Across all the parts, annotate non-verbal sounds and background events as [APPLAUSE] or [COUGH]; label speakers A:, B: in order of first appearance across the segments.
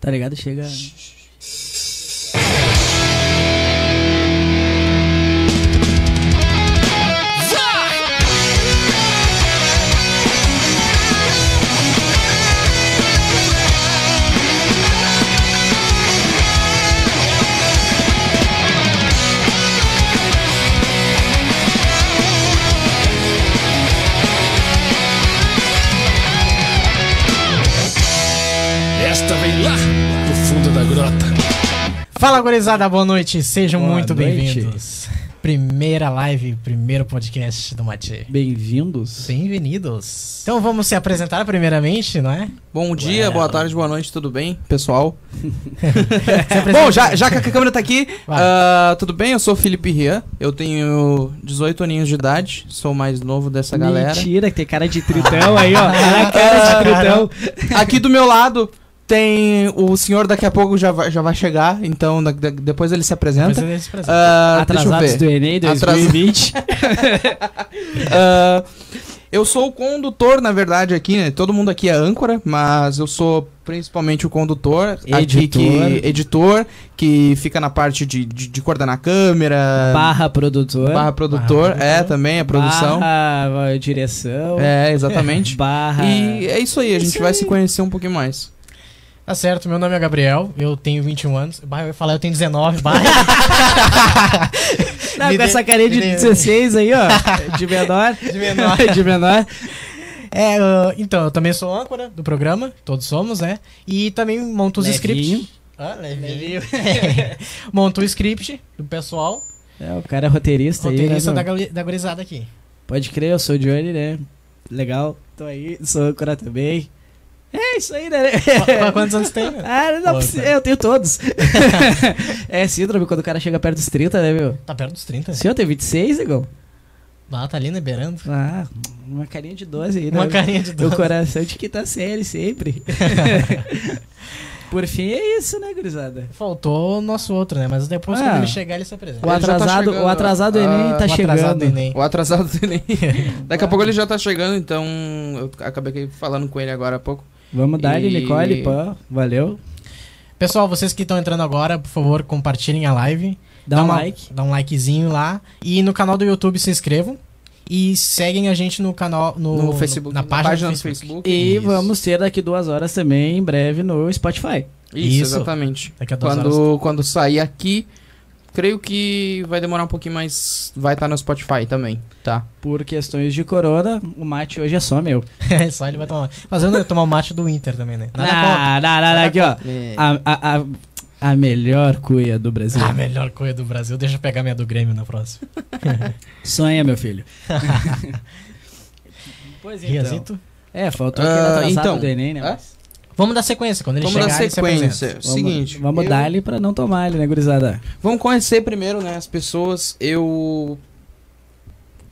A: Tá ligado? Chega.
B: Esta vem lá do fundo da grota.
C: Fala, gurizada, boa noite. Sejam
A: Boa
C: muito
A: noite.
C: bem-vindos. Primeira live, primeiro podcast do Matê.
A: Bem-vindos.
C: Bem-vindos. Então vamos se apresentar primeiramente, não é?
D: Bom dia, boa tarde, boa noite, tudo bem, pessoal?
C: Se apresenta-
D: Bom, já, já que a câmera tá aqui,
C: Vai.
D: ah, tudo bem? Eu sou o Felipe Rian, eu tenho 18 aninhos de idade, sou o mais novo dessa galera. Ah,
A: Mentira, que tem cara de tritão aí, ó. Olha a cara de tritão.
D: Aqui do meu lado tem o senhor, daqui a pouco já vai, já vai chegar, então da- da- depois ele se
C: Depois
D: apresenta.
C: ele se apresenta.
D: Ah, deixa eu
A: Atrasados
D: ver.
A: do Enem
D: Atras- [LAUGHS]
A: 2020.
D: Ah, eu sou o condutor, na verdade, aqui, né? Todo mundo aqui é âncora, mas eu sou principalmente o condutor. Aqui
A: Editor.
D: que, editor, que fica na parte de, de, de coordenar câmera,
A: Barra produtor.
D: É. barra produtor,
C: barra
D: é, também é produção.
A: Barra direção.
D: É, exatamente.
A: [LAUGHS] Barra.
D: E é isso aí, a gente vai se conhecer um pouquinho mais.
C: Tá certo, meu nome é Gabriel, eu tenho 21 anos. Bah, eu ia falar, eu tenho 19. Bah,
A: Não,
C: Me
A: com
C: dê-
A: essa carinha de
C: me dê-
A: 16 aí,
D: [LAUGHS]
A: ó. De menor. De menor. [LAUGHS] de menor.
C: É, ah, então, eu também sou âncora do programa, todos somos, né? E também monto os
A: Levinho.
C: scripts. Ah, levinho. [LAUGHS] monto o script do pessoal,
A: É, o cara é roteirista,
C: roteirista
A: aí,
C: da,
A: né, meu?
C: gal- da gurizada aqui.
A: Pode crer, eu sou o Johnny, né? Legal. Tô aí, sou o Cora também. É isso aí, né?
C: Qu- qu- Quantos anos tem? né?
A: Ah, não
C: Pô,
A: precisa,
C: cara.
A: eu tenho todos. [LAUGHS] é síndrome quando o cara chega perto dos 30, né, meu?
C: Tá perto dos 30.
A: O senhor tem 26, Igor?
C: Ah, tá ali, né, beirando.
A: Ah, uma carinha de 12 aí, né?
C: Uma carinha de
A: O
C: doce.
A: coração de quinta série,
C: [LAUGHS]
A: sempre. Por fim, é isso, né, gurizada?
C: Faltou o nosso outro, né? Mas depois
A: Ah.
C: quando ele chegar, ele se apresenta.
A: O
D: Ele já tá
A: atrasado,
D: chegando,
A: o atrasado
D: ó.
A: Enem tá
D: Ah,
C: O atrasado
A: chegando.
C: do Enem.
D: O atrasado do Enem. Daqui a pouco ele já tá chegando, então eu acabei falando com ele agora há pouco.
A: Vamos dar,
D: E-
A: Nicole, pã, valeu.
C: Pessoal, vocês que estão entrando agora, por favor, compartilhem a live.
A: Dá, um
C: uma-
A: like.
C: Dá um likezinho lá. E no canal do YouTube se inscrevam. E seguem a gente no canal. No,
D: No, Facebook,
C: Na página, do Facebook.
A: E
C: Isso.
A: vamos ter daqui duas horas também, em breve, no Spotify.
D: Isso,
C: Isso.
D: exatamente.
C: Daqui a duas horas. [LAUGHS]
D: Quando, quando sair aqui, creio que vai demorar um pouquinho, mas vai estar no Spotify também, tá?
A: Por questões de corona, o mate hoje é só meu.
C: É, só ele vai tomar. Mas eu não ia tomar o mate do Inter também, né? Nada contra.
A: Ah, não, não, não, aqui, ó.
D: Ah,
A: A, a, a, a melhor cuia do Brasil.
C: A Ah, melhor coisa do Brasil. Deixa eu pegar minha do Grêmio na próxima.
A: Sonha, meu filho. pois
C: Riazito.
A: É, faltou aquele
D: Ah,
A: atrasado
D: então.
A: do Enem, né?
D: Hã?
A: mas
C: Vamos dar sequência. Quando ele
D: Vamos dar
C: chegar, ele se apresenta.
D: sequência. É
A: Vamos,
D: Seguinte.
A: Vamos
D: eu-
A: dar ele pra não tomar ele, né, gurizada?
D: Vamos conhecer primeiro, né, as pessoas. Eu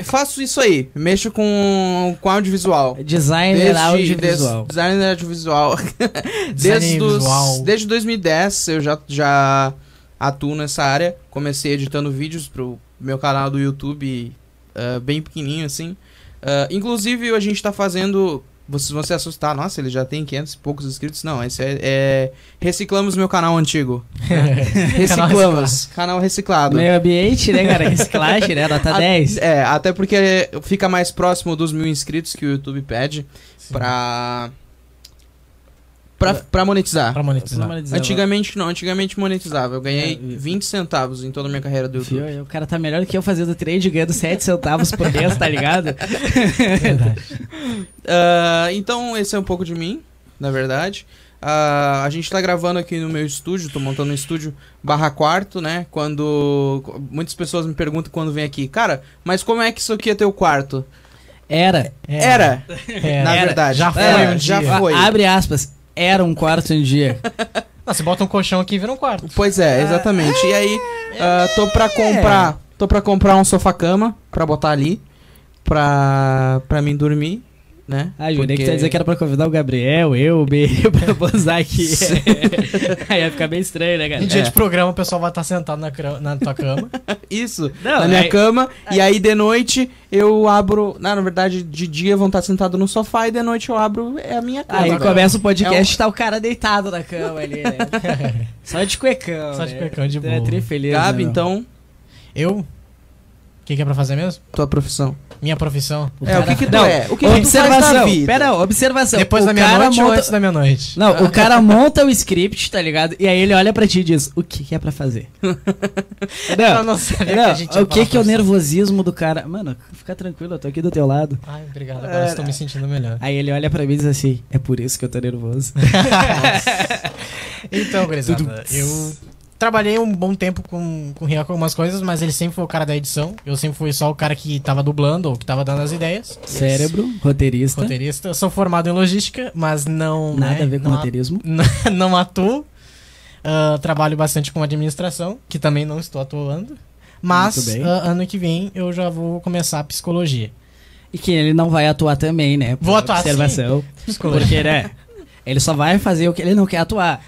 D: faço isso aí, mexo com, com audiovisual.
A: Designer audiovisual.
D: des- designer audiovisual. desde,
C: Design
D: dos,
C: visual.
D: desde 2010 eu já, já atuo nessa área. Comecei editando vídeos pro meu canal do YouTube, ah, bem pequenininho assim. Ah, inclusive, a gente tá fazendo. Vocês vão se assustar. Nossa, ele já tem 500 e poucos inscritos. Não, esse é. é- reciclamos meu [LAUGHS] canal antigo. reciclamos. canal reciclado.
A: Meio ambiente, né,
D: [LAUGHS]
A: cara? Reciclagem, né? Nota
D: A-
A: 10.
D: É, até porque fica mais próximo dos mil inscritos que o YouTube pede pra, pra, pra monetizar.
C: Pra monetizar.
D: Antigamente não, antigamente monetizava. Eu
A: É,
D: ganhei
A: e-
D: 20 centavos em toda a minha carreira do
A: Viu?
D: YouTube.
A: O cara tá melhor do que eu fazendo trade, ganhando 7 centavos por mês, tá
D: [LAUGHS]
A: ligado?
D: Ah, então, esse é um pouco de mim, na verdade. Ah, a gente tá gravando aqui no meu estúdio, tô montando um estúdio barra quarto, né? Quando. Muitas pessoas me perguntam quando vem aqui, cara, mas como é que isso aqui é teu quarto?
A: Era.
C: É,
D: Era,
C: é.
D: na
A: Era.
D: verdade.
C: Já foi
D: Era,
C: um dia.
D: Já foi.
A: Abre aspas. Era um quarto um dia.
C: Não, você bota um colchão aqui e vira um quarto.
D: Pois é, exatamente. E aí,
A: É.
D: ah, tô pra comprar. Tô pra comprar um sofá-cama pra botar ali. Pra, pra mim dormir. né?
A: Ah, Júnior, que
D: Porque-
A: tu ia dizer que era pra convidar o Gabriel, eu, [LAUGHS] o Berê, pra posar aqui. [LAUGHS] Aí ia ficar bem estranho, né, cara?
C: Em Um dia
A: É.
C: de programa, o pessoal vai estar sentado na, cra- na tua
D: [LAUGHS]
C: cama.
D: Isso,
A: Não, é-
D: na minha
A: aí-
D: cama. E aí de noite eu abro. Não, na verdade, de dia vão estar sentados no sofá e de noite eu abro é a minha cama.
A: Aí
D: Agora.
A: começa o podcast, tá o cara deitado na cama ali, [LAUGHS] né? Só de cuecão.
C: Só de
A: né?
C: cuecão, de
A: Tu É
C: boa.
A: trifeliz,
D: Gabi,
A: né, meu?
D: então,
C: Eu? O que, que é pra fazer mesmo?
D: tua profissão.
C: Minha profissão.
D: É, o que que tu
A: Não,
D: é? O que que tu faz na
A: observação.
D: vida?
A: Pera, observação.
C: Depois
A: o
C: da meia-noite
A: monta...
C: ou antes da meia-noite?
A: Não, o cara monta o script, tá ligado? E aí ele olha pra ti e diz: O que, que é pra
D: [LAUGHS]
A: fazer?
C: Eu
A: não, [LAUGHS]
C: não sabia que a gente
A: não,
C: ia
A: o que,
C: falar
A: que é o
C: pra você.
A: nervosismo do cara? Mano, fica tranquilo, eu tô aqui do teu lado.
C: Ai, obrigado. Agora estou
D: É.
C: me sentindo
D: [LAUGHS]
C: melhor. [LAUGHS]
A: Aí ele olha pra mim e diz assim: É por isso que eu tô nervoso.
C: Então, gurizada, eu trabalhei um bom tempo com, com o Rian com algumas coisas, mas ele sempre foi o cara da edição. Eu sempre fui só o cara que tava dublando ou que tava dando as ideias.
A: Cérebro, roteirista.
C: Roteirista. Eu sou formado em logística, mas não.
A: Nada
C: né,
A: a ver com
C: não
A: roteirismo.
C: não- [LAUGHS] não atuo. Ah, trabalho bastante com administração, que também não estou atuando.
A: Muito
C: Mas
A: bem.
C: ah, ano que vem eu já vou começar a psicologia.
A: E que ele não vai atuar também, né? Por
C: Vou atuar,
A: Observação. Porque, né? Ele só vai fazer o que ele não quer
C: [LAUGHS]
A: atuar.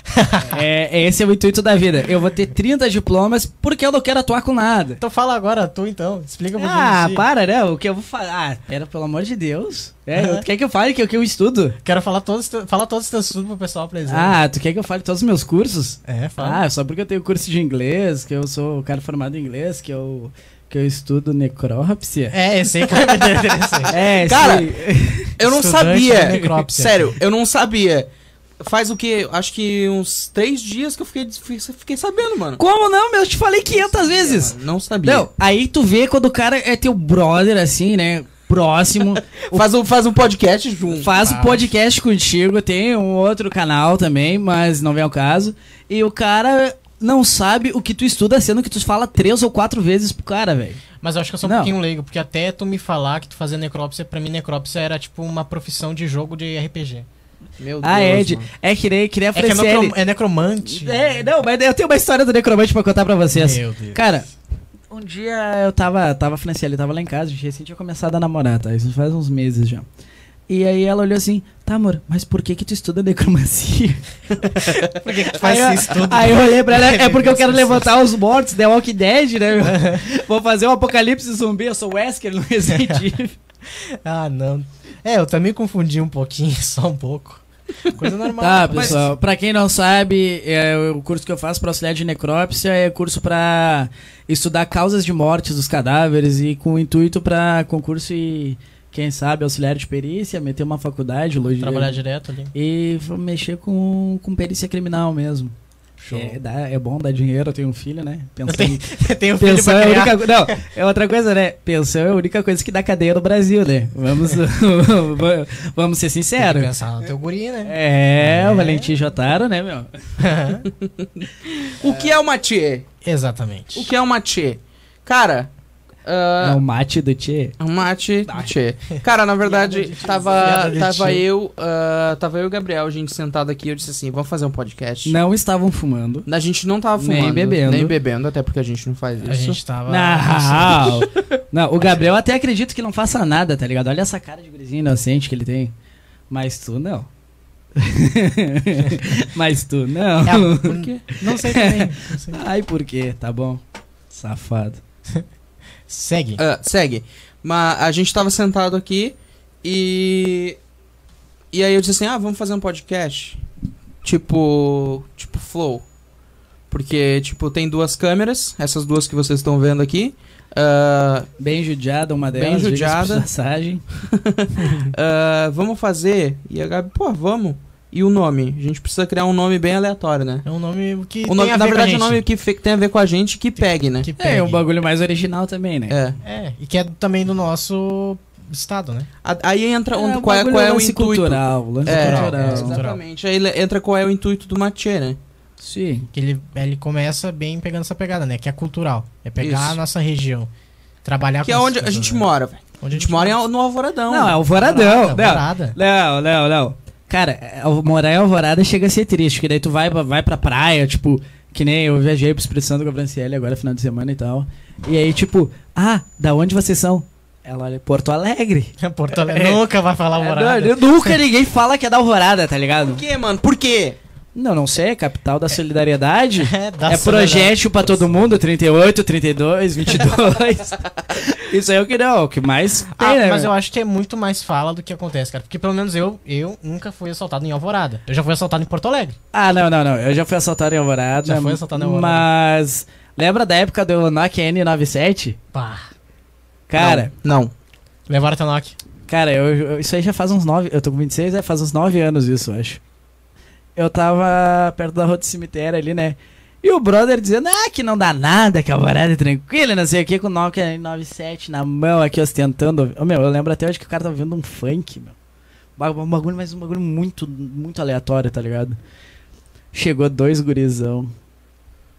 A: é, esse é o intuito da vida. Eu vou ter 30 diplomas porque eu não quero atuar com nada.
C: Então fala agora, tu então. Explica um pouquinho
A: Ah,
C: de si.
A: para, né? O que eu vou falar? Ah, pera, pelo amor de Deus. É, eu- tu quer que eu fale que eu, que eu estudo?
C: Quero falar todos, os teus- fala todos os teus estudos pro pessoal presente.
A: Ah, tu quer que eu fale todos os meus cursos?
C: é, fala.
A: Ah, só porque eu tenho curso de inglês, que eu sou o cara formado em inglês, que eu, que eu estudo necrópsia.
C: É, esse aí que vai me
A: [LAUGHS]
C: interessante.
A: É,
D: Cara,
A: sim.
D: Eu não
C: Estudante de
D: sabia.
C: necrópsia.
D: Sério, eu não sabia. Faz o quê? Acho que uns três dias que eu fiquei, fiquei- fiquei sabendo, mano.
A: Como não, meu? Eu te falei 500 vezes.
D: Não sabia.
A: Não, aí tu vê quando o cara é teu brother, assim, né? Próximo,
D: Faz, um, faz um podcast junto.
A: faz o podcast contigo, tem um outro canal também, mas não vem ao caso. E o cara não sabe o que tu estuda, sendo que tu fala três ou quatro vezes pro cara, velho.
C: Mas eu acho que eu sou um
A: Não.
C: pouquinho leigo, porque até tu me falar que tu fazia necrópsia, pra mim necrópsia era tipo uma profissão de jogo de RPG.
D: Meu
A: Ah, é,
D: Ed.
A: de, é que nem, que nem a
C: É que é,
A: Franciele.
C: necrom- é necromante.
A: É, não, mas eu tenho uma história do necromante pra contar pra vocês.
C: Meu Deus.
A: Cara, um dia eu tava, tava a Franciele, tava lá em casa, a gente recém tinha começado a namorar, tá? Isso faz uns meses já. E aí ela olhou assim, tá amor, mas por que que tu estuda necromancia?
C: Por que, que tu
A: Aí eu-
C: [LAUGHS] faz isso tudo?
A: Aí eu olhei
C: [LAUGHS]
A: pra ela, é porque eu quero levantar os mortos, The Walking Dead, né?
C: [LAUGHS]
A: meu? Vou fazer um apocalipse zumbi, eu sou o Wesker no Resident
C: [LAUGHS]
A: Evil.
C: Ah, não. É, eu também confundi um pouquinho, [LAUGHS] só um pouco. Coisa normal.
A: Tá,
C: mas-
A: pessoal, pra quem não sabe, é, o curso que eu faço pra auxiliar de necrópsia é curso pra estudar causas de morte dos cadáveres e com intuito pra concurso e, quem sabe, auxiliar de perícia, meter uma faculdade, logística.
C: Trabalhar direto ali.
A: E vou mexer com, com perícia criminal mesmo.
C: Show.
A: É, dá- é bom dar dinheiro, eu tenho um filho, né? Pensando,
C: tenho- Tem [LAUGHS] um filho
A: Pensão
C: pra
A: é a
C: criar.
A: única coisa. Não, é outra coisa, né? Pensão é a única coisa que dá cadeia no Brasil, né? Vamos, [LAUGHS] vamos ser
C: É, Tem que
A: sinceros.
C: pensar no teu guri, né?
A: É, o Valentim Jotaro, né, meu?
D: O que é uma tchê?
C: Exatamente.
D: O que é uma tchê? Cara. ah,
A: É o mate do Tchê.
D: Um Mate do Tchê. Cara, na verdade, tava,
C: Piada Tá. de
D: tava
C: tio.
D: eu, ah, tava eu e o Gabriel, a gente sentado aqui, eu disse assim, vamos fazer um podcast.
A: Não estavam fumando.
D: A gente não tava
A: Nem
D: fumando.
A: bebendo.
D: Nem bebendo, até porque a gente não faz
A: é
D: isso.
C: A gente tava.
D: Ah,
A: [LAUGHS] Não. não, o Gabriel até acredito que não faça nada, tá ligado? Olha essa cara de gurizinho inocente que ele tem. Mas tu não. [LAUGHS] Mas tu não.
C: É, a- por quê? Não sei também.
A: [LAUGHS]
C: não sei.
A: Ai, por quê? Tá bom. Safado.
C: Segue.
D: Ah, segue. Mas a gente tava sentado aqui e. E aí eu disse assim: ah, vamos fazer um podcast. Tipo. Tipo Flow. Porque, tipo, tem duas câmeras, essas duas que vocês estão vendo aqui. Ah,
A: Bem judiada uma
D: Bem
A: delas. diga-se de
D: judiada.
A: passagem.
D: ah, vamos fazer. E a Gabi, pô, vamos. E o nome? A gente precisa criar um nome bem aleatório, né?
C: É um nome que.
D: O nome,
C: tem a
D: na
C: ver com a
D: verdade,
C: gente.
D: o nome que fe- tem a ver com a gente que pegue, né?
C: Que
A: É,
C: pegue.
A: um bagulho mais original também, né?
D: É.
C: É, e que é também do nosso estado, né?
D: A- Aí entra um-
A: um
D: qual é,
A: bagulho
D: qual é o
A: lance
D: intuito.
A: cultural, lance
D: É,
A: cultural.
C: é, exato.
D: Exatamente. Aí le- entra qual é o intuito do Mathieu, né?
A: Sim.
C: Que ele, ele começa bem pegando essa pegada, né? Que é cultural. É pegar
D: Isso.
C: a nossa região. Trabalhar
D: Que é
C: com
D: onde
C: as
D: a
C: coisas,
D: gente
C: né?
D: mora, velho.
C: Onde
D: A gente mora em Al- no Alvoradão.
A: Tá Não, é Alvoradão.
C: Alvorada,
A: Não,
C: Alvorada.
A: não, não, não. Cara, é, al- morar em Alvorada chega a ser triste, porque daí tu vai, pra- vai pra praia, tipo, que nem eu viajei pro Espírito Santo com a Franciele agora, final de semana e tal. E aí, tipo, ah, da onde vocês são? É Ela olha Porto Alegre.
C: [LAUGHS] Porto Alegre nunca vai falar morada.
A: É, não, nunca ninguém fala que é da Alvorada, tá ligado?
D: Por quê, mano? Por quê?
A: Não, não sei, é capital da solidariedade.
C: [LAUGHS] É, da
A: é
C: solidariedade.
A: projétil pra todo mundo, 38, 32, 22.
C: [LAUGHS]
A: Isso aí é o que não, o que mais tem,
C: Ah,
A: né?
C: mas eu
A: meu?
C: acho que é muito mais fala do que acontece, cara. Porque pelo menos eu, eu nunca fui assaltado em Alvorada. Eu já fui assaltado em Porto Alegre.
A: Ah, não, não, não. Eu já fui assaltado em Alvorada.
C: Já foi assaltado em Alvorada.
A: Mas lembra da época do Nokia N97?
C: Pá.
A: Cara,
D: Não. não.
C: Levaram até o Nokia.
A: Cara, eu, eu- isso aí já faz uns 9. Eu tô com 26, é, faz uns 9 anos isso, eu acho. Eu tava perto da rua do cemitério ali, né? E o brother dizendo, ah, que não dá nada, que a alvorada é tranquila, não sei o que, com o Nokia 97 na mão aqui ostentando. Ô, meu, eu lembro até hoje que o cara tava vendo um funk, meu. Ba- Um bagulho, mas um bagulho muito, muito aleatório, tá ligado? Chegou dois gurizão.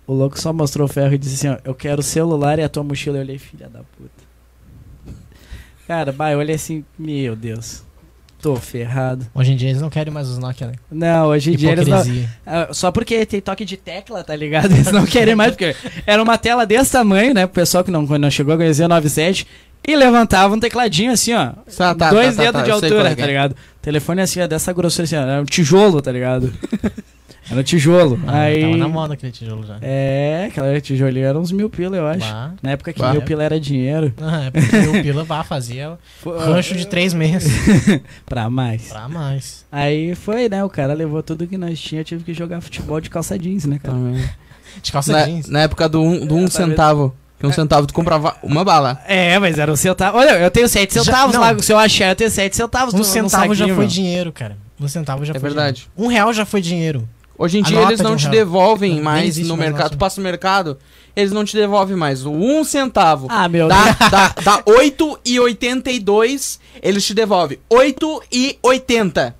A: O louco só mostrou o ferro e disse assim, ó, eu quero o celular e a tua mochila. Eu olhei, filha da puta. Cara, bah, eu olhei assim, meu Deus, tô ferrado.
C: Hoje em dia eles não querem mais os Nokia, né?
A: Não, hoje em dia eles não...
C: Hipocrisia.
A: Ah, Só porque tem toque de tecla, tá ligado? [LAUGHS] Eles não querem mais, porque era uma tela desse tamanho, né? Pro pessoal que não, não chegou a conhecer o 97. E levantava um tecladinho assim, ó.
D: Tá, tá,
A: dois
D: tá, tá,
A: dedos
D: tá,
A: de
D: eu sei qual
A: altura,
D: é que é.
A: tá ligado? Telefone assim, ó, dessa grossura assim, ó. Era um tijolo, tá
D: [LAUGHS]
A: ligado? Era um tijolo.
C: Ah,
A: Aí.
C: Tava na moda aquele tijolo já.
A: É, aquela tijolinho era uns mil pila, eu acho.
C: Bah. [LAUGHS]
A: Na época que
D: Bah.
A: mil pila era dinheiro.
C: Ah, é porque o Pila bah, fazia rancho de
A: [LAUGHS]
C: três meses.
A: Pra mais.
C: pra mais.
A: Aí foi, né? O cara levou tudo que nós tinha, eu tive que jogar futebol de calça jeans, né, cara?
C: De calça
D: Na,
C: jeans.
D: na época do um, do um
A: tá vendo?
D: centavo. Que um centavo tu comprava uma bala.
A: É, mas era um centavo. Olha, eu tenho 7
C: Já-
A: centavos
C: não.
A: lá, se eu achar, eu tenho 7 centavos.
C: Um
A: no- no
C: centavo já
A: saquinho,
C: foi
A: meu.
C: dinheiro, cara. Um centavo já
D: É
C: foi
D: verdade.
C: dinheiro. Um real já foi dinheiro.
D: Hoje em
C: A
D: dia
C: nota
D: eles
C: de
D: não
C: um
D: te
C: real.
D: devolvem
C: Nem
D: mais
C: existe
D: no
C: mais
D: mercado.
C: nota.
D: Tu passa no mercado, eles não te devolvem mais. O um centavo.
A: Ah, meu
D: Dá,
A: Deus.
D: dá, dá 8,82, eles te devolvem. 8,80.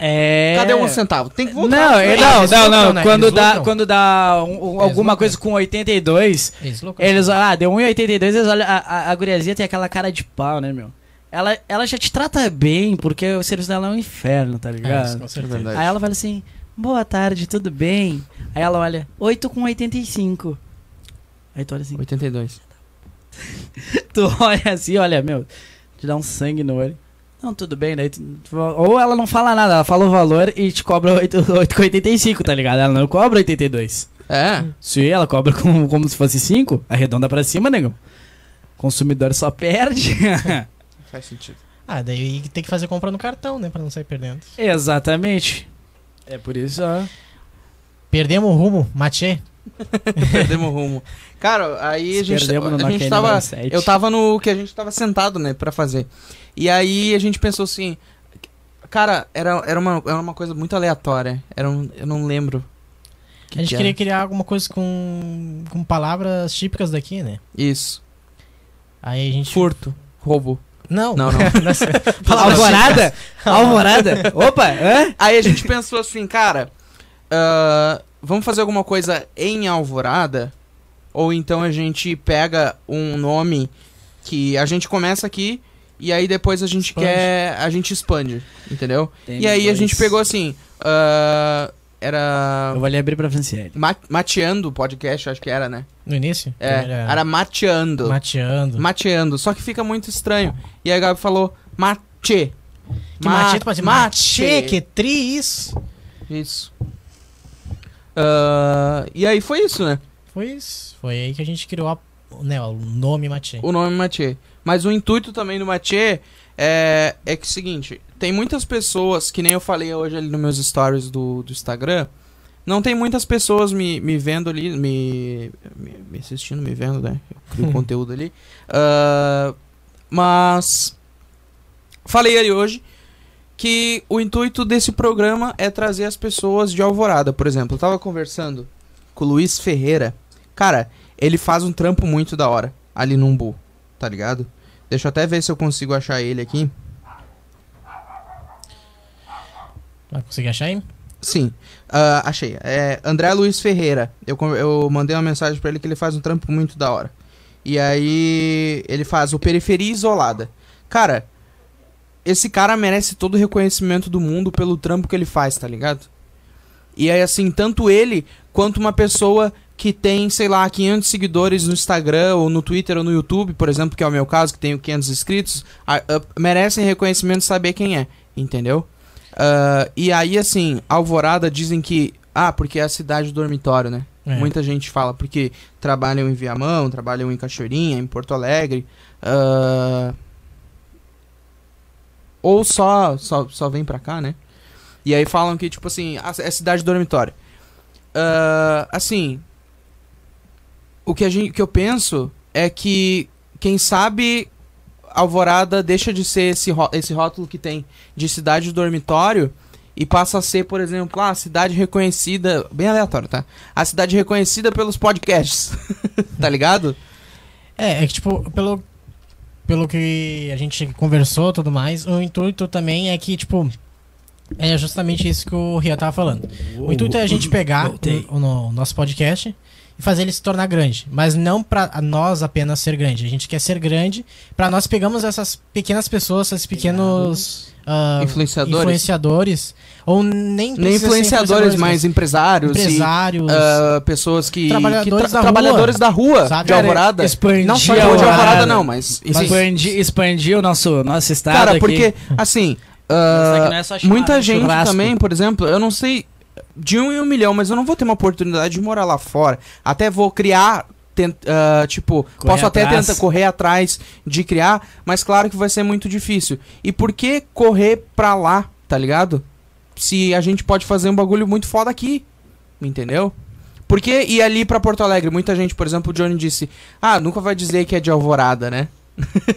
A: É.
D: Cadê um centavo? Tem que
A: Não,
D: voltar.
A: é-
C: Eles
A: não, não,
C: lucram,
A: não.
C: né?
A: Quando
C: Eles
A: dá,
C: lucram.
A: quando dá um- um- alguma
C: lucram.
A: coisa com 82,
C: Eles loucos.
A: eles. Ah, deu 1,82, eles olham. A, a, a guriazinha tem aquela cara de pau, né, meu? Ela, ela já te trata bem, porque o serviço dela é um inferno, tá
C: É, isso,
A: ligado?
C: com certeza.
D: verdade.
A: Aí ela fala assim: boa tarde, tudo bem? Aí ela olha: 8 com 85. Aí tu olha assim:
D: 82.
A: [LAUGHS] tu olha assim, olha, meu, te dá um sangue no olho. Não, tudo bem, daí tu, tu- ou ela não fala nada, ela fala o valor e te cobra [LAUGHS] 8,85, tá ligado? Ela não cobra 82.
D: É.
A: Se ela cobra com, como se fosse 5, arredonda pra cima, negão. Consumidor só perde. [LAUGHS]
D: Faz sentido.
C: Ah, daí tem que fazer compra no cartão, né? Pra não sair perdendo.
A: Exatamente. É por isso, ó.
C: Perdemos o rumo, Matê.
D: Perdemos o rumo. Cara, aí a
A: se
D: gente,
A: perdemos no
D: a gente
A: Nokia
D: tava.
A: 97.
D: Eu tava no que a gente tava sentado, né, pra fazer. E aí a gente pensou assim. Cara, era, era, uma, era uma coisa muito aleatória. Era um, eu não lembro.
C: a gente
D: que é?
C: queria
D: era?
C: criar alguma coisa com, com palavras típicas daqui, né?
D: Isso.
C: Aí a gente.
D: Furto. Roubo.
C: Não,
D: Não, não.
C: [LAUGHS]
A: Alvorada? Alvorada? Opa, hã?
D: Aí a gente pensou assim, cara, ah, vamos fazer alguma coisa em Alvorada? Ou então a gente pega um nome que a gente começa aqui e aí depois a gente
C: Expande.
D: quer. A gente expande, entendeu? e aí a gente pegou assim. ah, era.
A: Eu vou ali abrir pra Franciele.
D: Ma mateando o podcast, acho que era, né?
C: No início?
D: É, era mateando.
C: Mateando.
D: Mateando. Só que fica muito estranho. E aí a Gabi falou mate.
C: Que matê, tu pode dizer, matê, que tri isso.
D: Isso. Ah, e aí foi isso, né?
C: Foi isso. Foi aí que a gente criou a- né, o nome Matê.
D: O nome Mathieu. Mas o intuito também do Mathieu é, é que é o seguinte: tem muitas pessoas, que nem eu falei hoje ali nos meus stories do, do Instagram, não tem muitas pessoas me, me vendo ali, me, me, me assistindo, me vendo, né? Eu crio conteúdo ali. Ah, mas. Falei ali hoje que o intuito desse programa é trazer as pessoas de Alvorada, por exemplo. Eu tava conversando com o Luiz Ferreira. Cara, ele faz um trampo muito da hora ali no Umbu, tá ligado? Deixa eu até ver se eu consigo achar ele aqui.
C: Vai conseguir achar aí?
D: Sim, ah, achei. É André Luiz Ferreira. Eu, con- eu mandei uma mensagem pra ele que ele faz um trampo muito da hora. E aí ele faz o Periferia Isolada. Cara, esse cara merece todo o reconhecimento do mundo pelo trampo que ele faz, tá ligado? E aí, assim, tanto ele quanto uma pessoa que tem, sei lá, 500 seguidores no Instagram ou no Twitter ou no YouTube, por exemplo, que é o meu caso, que tenho 500 inscritos, a- a- merecem reconhecimento saber quem é, entendeu? Ah, e aí, assim, Alvorada dizem que. Ah, porque é a cidade do dormitório, né?
C: É.
D: Muita gente fala, porque trabalham em Viamão, trabalham em Cachoeirinha, em Porto Alegre. ah, ou só, só só vem pra cá, né? E aí falam que, tipo assim, ah, é cidade do dormitório. Ah, assim, o que, a gente, o que eu penso é que, quem sabe, Alvorada deixa de ser esse, ró- esse rótulo que tem de cidade do dormitório e passa a ser, por exemplo, a cidade reconhecida, bem aleatório, tá? A cidade reconhecida pelos podcasts, [LAUGHS] tá ligado?
C: É, é que, tipo, pelo, pelo que a gente conversou e tudo mais, o intuito também é que, tipo, é justamente isso que o Ria tava falando. O intuito é a gente pegar
A: Voltei.
C: o, o no- o nosso podcast e fazer ele se tornar grande, mas não pra nós apenas ser grande. A gente quer ser grande pra nós pegamos essas pequenas pessoas, esses pequenos ah,
D: Influenciadores.
C: influenciadores, ou nem
D: Nem
C: precisa ser
D: influenciadores, mas
C: mas
D: empresários,
C: empresários.
D: e ah, pessoas que.
C: Trabalhadores
D: que
C: da rua.
D: trabalhadores da rua,
C: Sabe?
D: ah, de Alvorada.
A: Expandir
D: Não só de
A: a
D: rua de Alvorada,
A: Alvorada.
D: não, mas.
A: Expandir, expandir o nosso, nosso estado
D: Cara,
A: aqui.
D: porque, assim. ah,
A: Isso aqui não é só chamar,
D: muita
A: né?
D: gente
A: Churrasco.
D: também, por exemplo, eu não sei de um em um milhão, mas eu não vou ter uma oportunidade de morar lá fora. Até vou criar. tent- ah, tipo,
A: Correr
D: posso até
A: atrás.
D: tentar correr atrás de criar, mas claro que vai ser muito difícil. E por que correr pra lá, tá ligado? Se a gente pode fazer um bagulho muito foda aqui, entendeu? Por que ir ali pra Porto Alegre? Muita gente, por exemplo, o Johnny disse: Ah, nunca vai dizer que é de alvorada, né?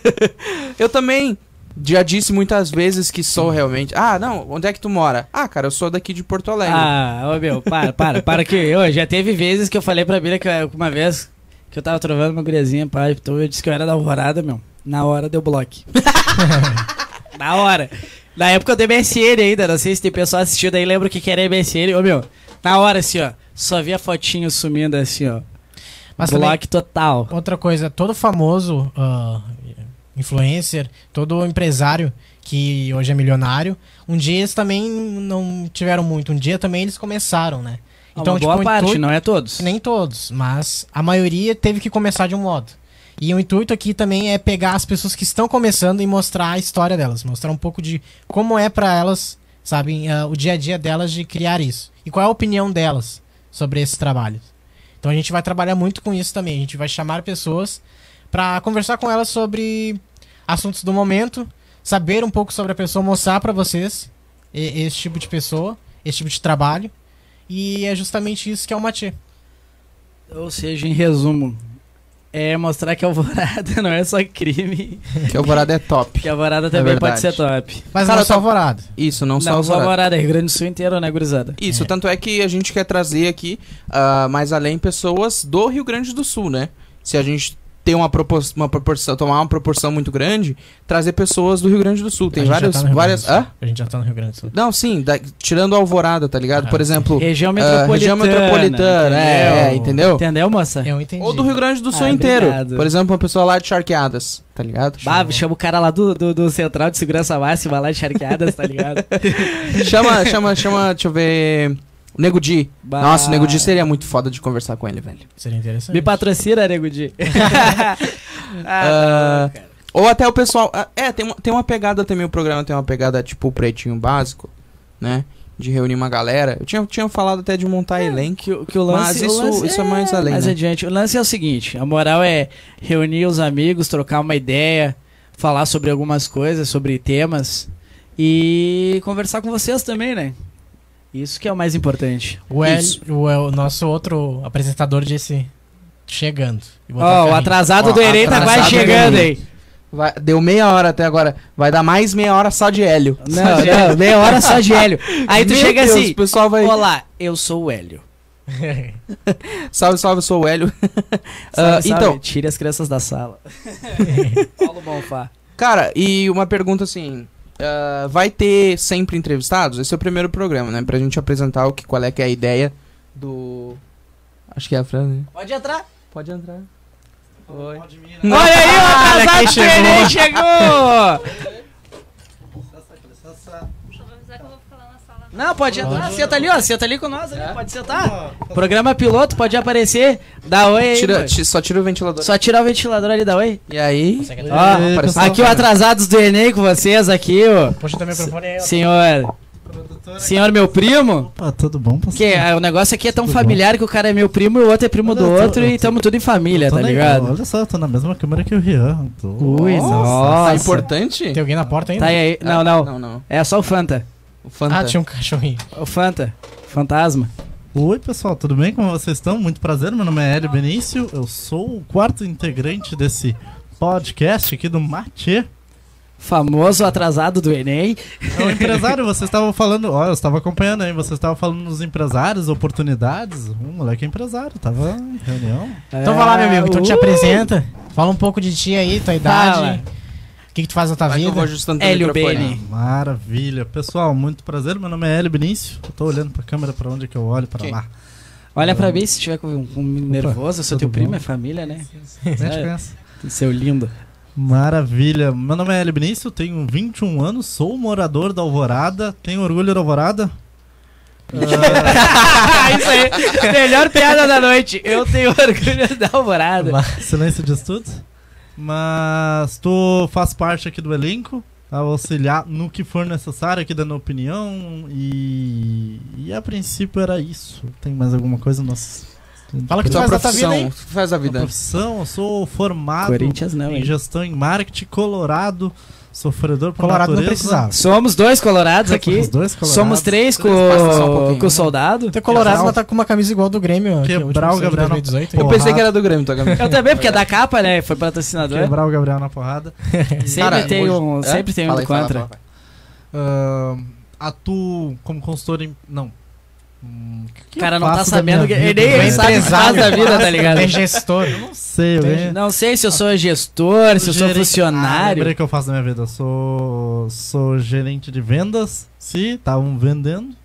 D: [LAUGHS] eu também já disse muitas vezes que sou realmente. Ah, não, onde é que tu mora? Ah, cara, eu sou daqui de Porto Alegre.
A: Ah, ô meu, para, para, para que Ô, já teve vezes que eu falei pra Bíblia que eu- uma vez que eu tava trovando uma guriazinha, pai, então eu disse que eu era da alvorada, meu. Na hora deu
D: [LAUGHS]
A: bloco. Na hora. Na época do MSN ainda, não sei se tem pessoal assistindo aí, lembra o que que era MSN. Ô meu, na hora assim, ó, só vi a fotinho sumindo assim, ó.
C: Mas também-
A: bloco total.
C: Outra coisa, todo famoso ah, influencer, todo empresário que hoje é milionário, um dia eles também não tiveram muito, um dia também eles começaram, né?
A: Então, uma boa
C: o
A: parte,
C: intuito-
A: não é todos.
C: nem todos, mas a maioria teve que começar de um modo. E o intuito aqui também é pegar as pessoas que estão começando e mostrar a história delas, mostrar um pouco de como é pra elas, sabem, ah, o dia a dia delas de criar isso. E qual é a opinião delas sobre esse trabalho. Então a gente vai trabalhar muito com isso também. A gente vai chamar pessoas pra conversar com elas sobre assuntos do momento, saber um pouco sobre a pessoa, mostrar pra vocês e- esse tipo de pessoa, esse tipo de trabalho. E é justamente isso que é o Matê.
A: Ou seja, em resumo, é mostrar que a alvorada [LAUGHS] não é só crime,
D: Que alvorada é top.
A: que a alvorada também pode
D: verdade.
A: ser top.
C: Mas
D: Cara,
C: não
D: eu
C: só
D: tô-
C: alvorado.
D: Isso, não, só
A: Não, só
D: alvorada.
A: Alvorada, Rio Grande do Sul inteiro, né, gurizada?
D: Isso, tanto é que a gente quer trazer aqui, ah, mais além, pessoas do Rio Grande do Sul, né? Se a gente tem uma, propor uma proporção, tomar uma proporção muito grande, trazer pessoas do Rio Grande do Sul. Tem
C: A gente já
D: várias.
C: tá no Rio
D: várias
C: Grande do
D: Hã?
C: Sul. A gente já tá no Rio Grande do Sul.
D: Não, sim, da- tirando a alvorada, tá ligado? Por exemplo,
A: Região
D: ah,
A: metropolitana.
D: região metropolitana, é, é, entendeu?
A: Entendeu, moça?
C: Eu entendi.
D: Ou do Rio Grande do Sul
A: Ah,
D: inteiro.
A: obrigado.
D: Por exemplo, uma pessoa lá de Charqueadas, tá ligado?
A: Bah, chama o cara lá do, do, do Central de Segurança Máxima, lá de Charqueadas, tá
D: [LAUGHS]
A: ligado? [LAUGHS]
D: chama, chama, chama, deixa eu ver. Nego Di.
A: Bah.
D: Nossa, o Nego Di seria muito foda de conversar com ele, velho.
C: Seria interessante.
A: Me patrocina, Nego
D: [LAUGHS]
A: Di. [LAUGHS]
D: Ah, ou até o pessoal. ah, É, tem uma, tem uma pegada também, o programa tem uma pegada tipo o pretinho básico, né? De reunir uma galera. Eu tinha, tinha falado até de montar elenco.
A: que, o- que o lance,
D: Mas isso-
A: o lance
D: isso é mais além,
A: Mais
D: né?
A: adiante. O lance é o seguinte: a moral é reunir os amigos, trocar uma ideia, falar sobre algumas coisas, sobre temas e conversar com vocês também, né? Isso que é o mais importante.
C: O, El,
D: Isso.
C: o, El- o nosso outro apresentador disse chegando. E botar
A: Ó, o
C: carrinho. [LAUGHS]
A: atrasado
D: Ó,
A: do Erei tá
D: atrasado
A: quase
D: do
A: chegando,
D: Erei.
A: hein?
D: Vai- deu meia hora até agora. Vai dar mais meia hora só de hélio.
A: Não, não, meia hora só
D: [LAUGHS]
A: de Hélio. [LAUGHS] Aí tu
D: Meu
A: chega
D: Deus,
A: assim:
D: O pessoal vai.
A: Olá, eu sou o Hélio.
D: Salve, salve, sou o Hélio. Ah,
A: Sabe, sabe?
D: então,
A: Tire as crianças da sala. Paulo Bonfá.
D: Cara, e uma pergunta assim. ah, vai ter sempre entrevistados? Esse é o primeiro programa, né? Pra gente apresentar o que, qual é que é a ideia do. Acho que é a Fran, né?
A: Pode entrar.
D: Pode entrar. né? Oi.
A: Olha aí,
C: Olha
A: o
C: quem
A: atrasado do Erei chegou!
E: Vou avisar que eu vou ficar lá na sala.
A: Não, pode entrar, senta ali, ó. Senta ali com nós, ali, pode sentar. Programa piloto, pode aparecer. Dá oi aí.
D: Tira-
A: mano.
D: ti- só tira o ventilador.
A: Só tirar o ventilador ali, dá oi.
D: E aí.
C: É.
A: Ó,
D: Ah, apareceu.
A: aqui o atrasados do Enem com vocês, aqui, ó.
C: Puxa teu microfone aí, ó.
A: Senhor. Senhor, meu primo?
F: Opa, tudo bom, pastor?
A: Que ah, o negócio aqui é tão familiar que o cara é meu primo e o outro é primo
F: Olha,
A: do
F: eu tô-
A: outro
F: eu
A: e
F: tô-
A: tamo tudo em família,
F: Tô
A: tá
F: na-
A: ligado? Uh.
F: Olha só, eu tô na mesma câmera que o Rian. Tô...
A: Ui,
D: Tá
A: nossa.
D: importante?
C: Tem alguém na porta ainda?
A: Tá aí, não,
D: Ah,
A: não.
D: Não, não.
A: É só o Fanta.
D: O Fanta.
C: Ah, tinha um cachorrinho.
A: O Fanta. Fantasma.
F: Oi, pessoal, tudo bem? Como vocês estão? Muito prazer, meu nome é Hélio Benício, eu sou o quarto integrante desse podcast aqui do Matê.
A: Famoso atrasado do Enem.
F: É um empresário, vocês estavam falando, ó, eu estava acompanhando aí, vocês estavam falando dos empresários, oportunidades. Um moleque é empresário, tava em reunião.
C: Então vai lá, meu amigo, tu te
A: Uh!
C: apresenta. Fala um pouco de ti aí, tua
A: Fala.
C: idade. O que, que tu faz na tua
D: Vai que eu vou
C: vida?
D: ajustando teu
A: Hélio
D: microfone.
A: Bene.
F: Ah, Maravilha. Pessoal, muito prazer, meu nome é Hélio Benício, eu tô olhando pra câmera, pra onde que eu olho, pra
D: Ok.
F: lá.
A: Olha pra mim se tiver com um, um nervoso. Eu sou
F: tudo
A: teu primo,
F: bom?
A: é família, né?
F: Nem
A: [LAUGHS]
F: te
A: É.
F: conheço.
A: Seu lindo.
F: Maravilha. Meu nome é Hélio Benício, tenho 21 anos, sou morador da Alvorada, tenho orgulho da Alvorada.
A: Isso aí. Melhor piada da noite. Eu tenho orgulho da alvorada.
F: Ah, Silêncio de estudo. Mas tu faz parte aqui do elenco, a auxiliar no que for necessário aqui dando opinião e, e a princípio era isso. Tem mais alguma coisa nossa?
C: Fala o que
A: tá
C: tu
D: Tua
C: faz na tua
D: profissão.
C: vida, hein?
D: tu faz a
F: Minha
D: vida.
F: profissão, eu sou formado
A: Corinthians não,
F: em
A: hein?
F: gestão em marketing, colorado, sofredor por
C: Colorado não
F: natureza.
C: precisava.
A: Somos dois colorados aqui.
F: Os dois colorados.
A: Somos três com,
D: Passa só um pouquinho.
A: com o soldado.
C: Tu é colorado, mas tá com uma camisa igual do Grêmio. que é o último
F: Quebrar o
C: que saiu em
F: Gabriel na
C: 2018.
D: Eu
F: porra.
D: pensei que era do Grêmio, tá, tua camisa.
A: Eu também, porque é da capa, né? Foi patrocinador.
F: Quebrar o Gabriel na porrada.
A: [LAUGHS] Sempre tem um, sempre tem um contra.
F: Ahn, ah, atuo como consultor em. Não. Hum, que que
A: O cara
F: eu
A: não tá
F: faço da
A: sabendo.
F: minha
A: Ele
F: vida, né?
A: nem
F: velho?
A: sabe o que faz da vida, tá ligado?
F: [LAUGHS]
C: É gestor.
F: Eu não sei, eu
C: Entendi.
F: ganho-
A: Não sei se eu sou gestor, se eu sou
F: É. gerente- Ah, lembrei
A: funcionário.
F: que eu faço da minha vida. Eu Sou, sou gerente de vendas. Se estavam vendendo.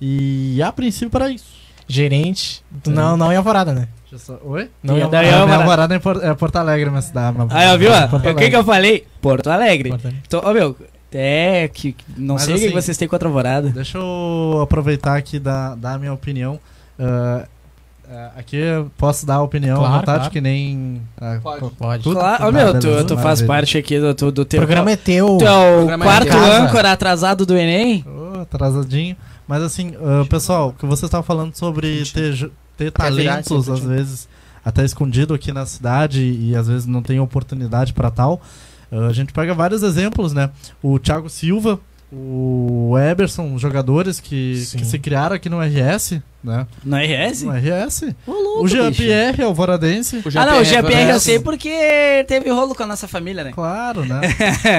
F: E a princípio era isso.
C: Gerente. Não, não é alvorada, né?
F: Deixa eu só- Oi?
C: Não
A: E
C: é
A: a
C: alvorada.
A: Daí eu,
F: Ah, minha
A: mano.
F: morada é em Por- é Porto Alegre, minha cidade. mas-
A: Aí, ó, viu? ó? É
C: Porto
A: O que que eu falei? Porto Alegre.
C: Importante.
A: Então, ô, meu, é que que- não
F: Mas
A: sei o que
F: assim-
A: vocês têm contra a alvorada.
F: Deixa eu aproveitar aqui da, da minha opinião. Ah, ah, aqui eu posso dar a opinião à
C: Claro,
F: vontade,
C: claro.
F: que nem. ah,
D: Pode.
C: Pode.
F: Tudo
A: Claro, ô,
F: tudo
A: meu,
F: nada,
A: tu,
F: beleza,
A: tu faz
F: maravilha. um.
A: parte aqui do, do, do
C: O
A: teu.
C: programa é teu.
A: Tu é o
D: Programa é
A: quarto
D: em
C: casa.
A: âncora atrasado do Enem?
F: Ô, atrasadinho. Mas assim, ah, pessoal, o que você estava falando sobre ter, ju- ter
D: Quer virar
F: talentos,
D: esse
F: às vezes, até escondido aqui na cidade e às vezes não tem oportunidade para tal. Ah, a gente pega vários exemplos, né? O Thiago Silva, o Eberson, jogadores que,
C: Sim.
F: que se criaram aqui no RS, né?
A: Não é esse?
F: No RS.
A: louco,
F: o Jean-Pierre, alvoradense.
A: Ah, não, o
D: é
A: GPR eu
D: Vanessa.
A: sei porque teve rolo com a nossa família, né?
F: Claro, né?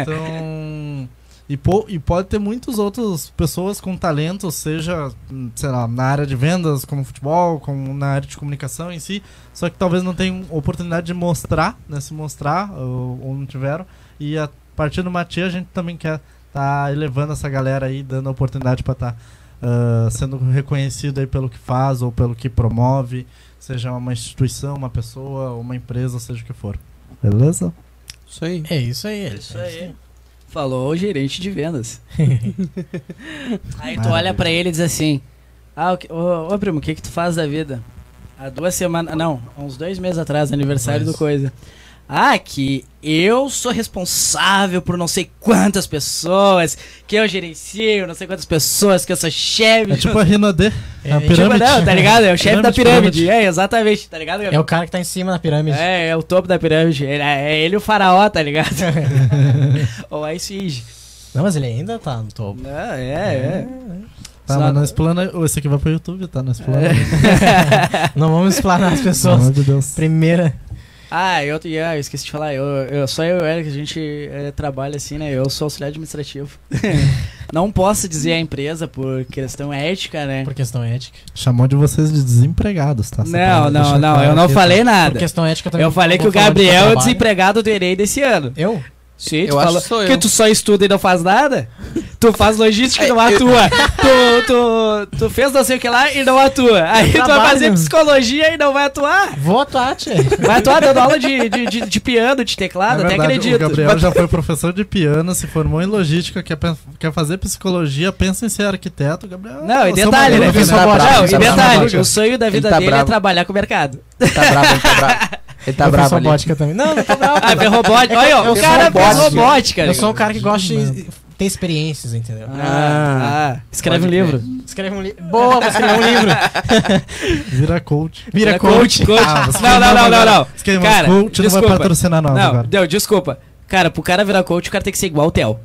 F: Então. E, po- e pode ter muitos outros pessoas com talento, seja, hum, sei lá, na área de vendas, como futebol, como na área de comunicação em si, só que talvez não tenham oportunidade de mostrar, né? Se mostrar, ou, ou não tiveram. E a partir do Matia, a gente também quer tá elevando essa galera aí, dando a oportunidade para estar sendo reconhecido aí pelo que faz ou pelo que promove, seja uma instituição, uma pessoa, uma empresa, seja o que for. Beleza?
D: Isso aí.
C: É isso aí. É
A: Isso aí. Falou o gerente de vendas. [LAUGHS] aí tu
F: Maravilha.
A: olha pra ele e diz assim: Ah, o que- ô, ô, primo, o que que tu faz da vida? Há duas semanas, não, há uns dois meses atrás, aniversário do
F: Dois.
A: Coisa. Ah, que eu sou responsável por não sei quantas pessoas, que eu gerencio não sei quantas pessoas, que eu sou chefe.
F: É tipo a Rinodê. É, a
C: é-
A: Tipo,
F: pirâmide.
A: não,
C: [LAUGHS]
A: tá ligado? É o chefe da
F: Pirâmide,
A: pirâmide. É, exatamente, tá ligado?
C: É o cara que tá em cima da pirâmide.
A: É, é o topo da pirâmide. Ele, é ele o faraó, tá ligado? [LAUGHS] Ou Ice Age.
C: Não, mas ele ainda tá no topo.
A: Ah, é, é.
F: Tá, mas
A: [LAUGHS]
F: não explana. Ô, Esse aqui vai pro YouTube, tá? Não explana.
A: É.
C: Não vamos explanar as
F: Pelo
C: pessoas.
F: amor de Deus.
C: Primeira.
A: [LAUGHS] Ah, eu, e, ah, eu esqueci de falar. Eu, eu, só eu e o Eric, a gente eh, trabalha assim, né? Eu sou auxiliar administrativo. [LAUGHS] não posso dizer a empresa por questão ética, né?
C: Por questão ética.
F: Chamou de vocês de desempregados, tá? Só pra
A: Não,
F: deixar
A: não, não.
F: claro
A: Eu não
F: aqui, tá?
A: falei
C: Por
A: nada.
C: questão ética também.
A: Eu falei
C: não
A: que o
C: vou falar um de
A: Gabriel é o
C: trabalho.
A: desempregado do Enem desse ano.
C: Eu?
A: Sim, tu
D: Eu acho
A: falou
D: que sou eu.
A: que tu só estuda e não faz nada? tu faz logística e
D: É,
A: não
D: [LAUGHS]
A: atua. tu, tu, tu fez não sei o que lá e não atua. Aí tu vai
C: trabalho,
A: fazer
C: né?
A: psicologia e não vai atuar.
C: Vou atuar, tia.
A: Vai atuar dando aula de, de, de, de piano, de
F: Na
A: teclado, até
F: É verdade,
A: acredito.
F: O Gabriel já foi professor de piano, se formou em logística, quer, pe- quer fazer psicologia, pensa em ser arquiteto, Gabriel.
A: Não, e
F: você é um
A: detalhe, né?
F: maluco,
C: Professor
A: Não,
C: Borges,
A: e
C: tá
A: detalhe,
C: bravo.
A: o sonho da
G: Ele
A: vida
G: tá
A: dele é
G: bravo.
A: trabalhar com o mercado.
G: Ele tá bravo, ele tá bravo. Ele tá
C: eu
G: bravo
C: sou
G: ali.
C: robótica
A: [LAUGHS]
C: também. Não, não tô bravo.
A: Ah, robótica. Olha, ó,
C: eu
A: o
C: sou
A: cara fez
G: robótica.
A: robótica.
C: Eu
A: né?
C: sou um cara que gosta de ter experiências, entendeu?
A: Ah, ah, escreve um
G: Pode
A: livro.
C: Escreve um livro. Boa, [LAUGHS] vou escrever um livro.
F: Vira coach.
C: Vira
A: É
C: coach.
A: coach.
F: Ah, você
A: não, não, não, não, não.
F: Diz que
A: Cara,
F: coach não
A: desculpa.
F: vai patrocinar nós
A: Não,
F: agora.
A: deu, desculpa. Cara, pro cara virar coach, o cara tem que ser igual o Theo.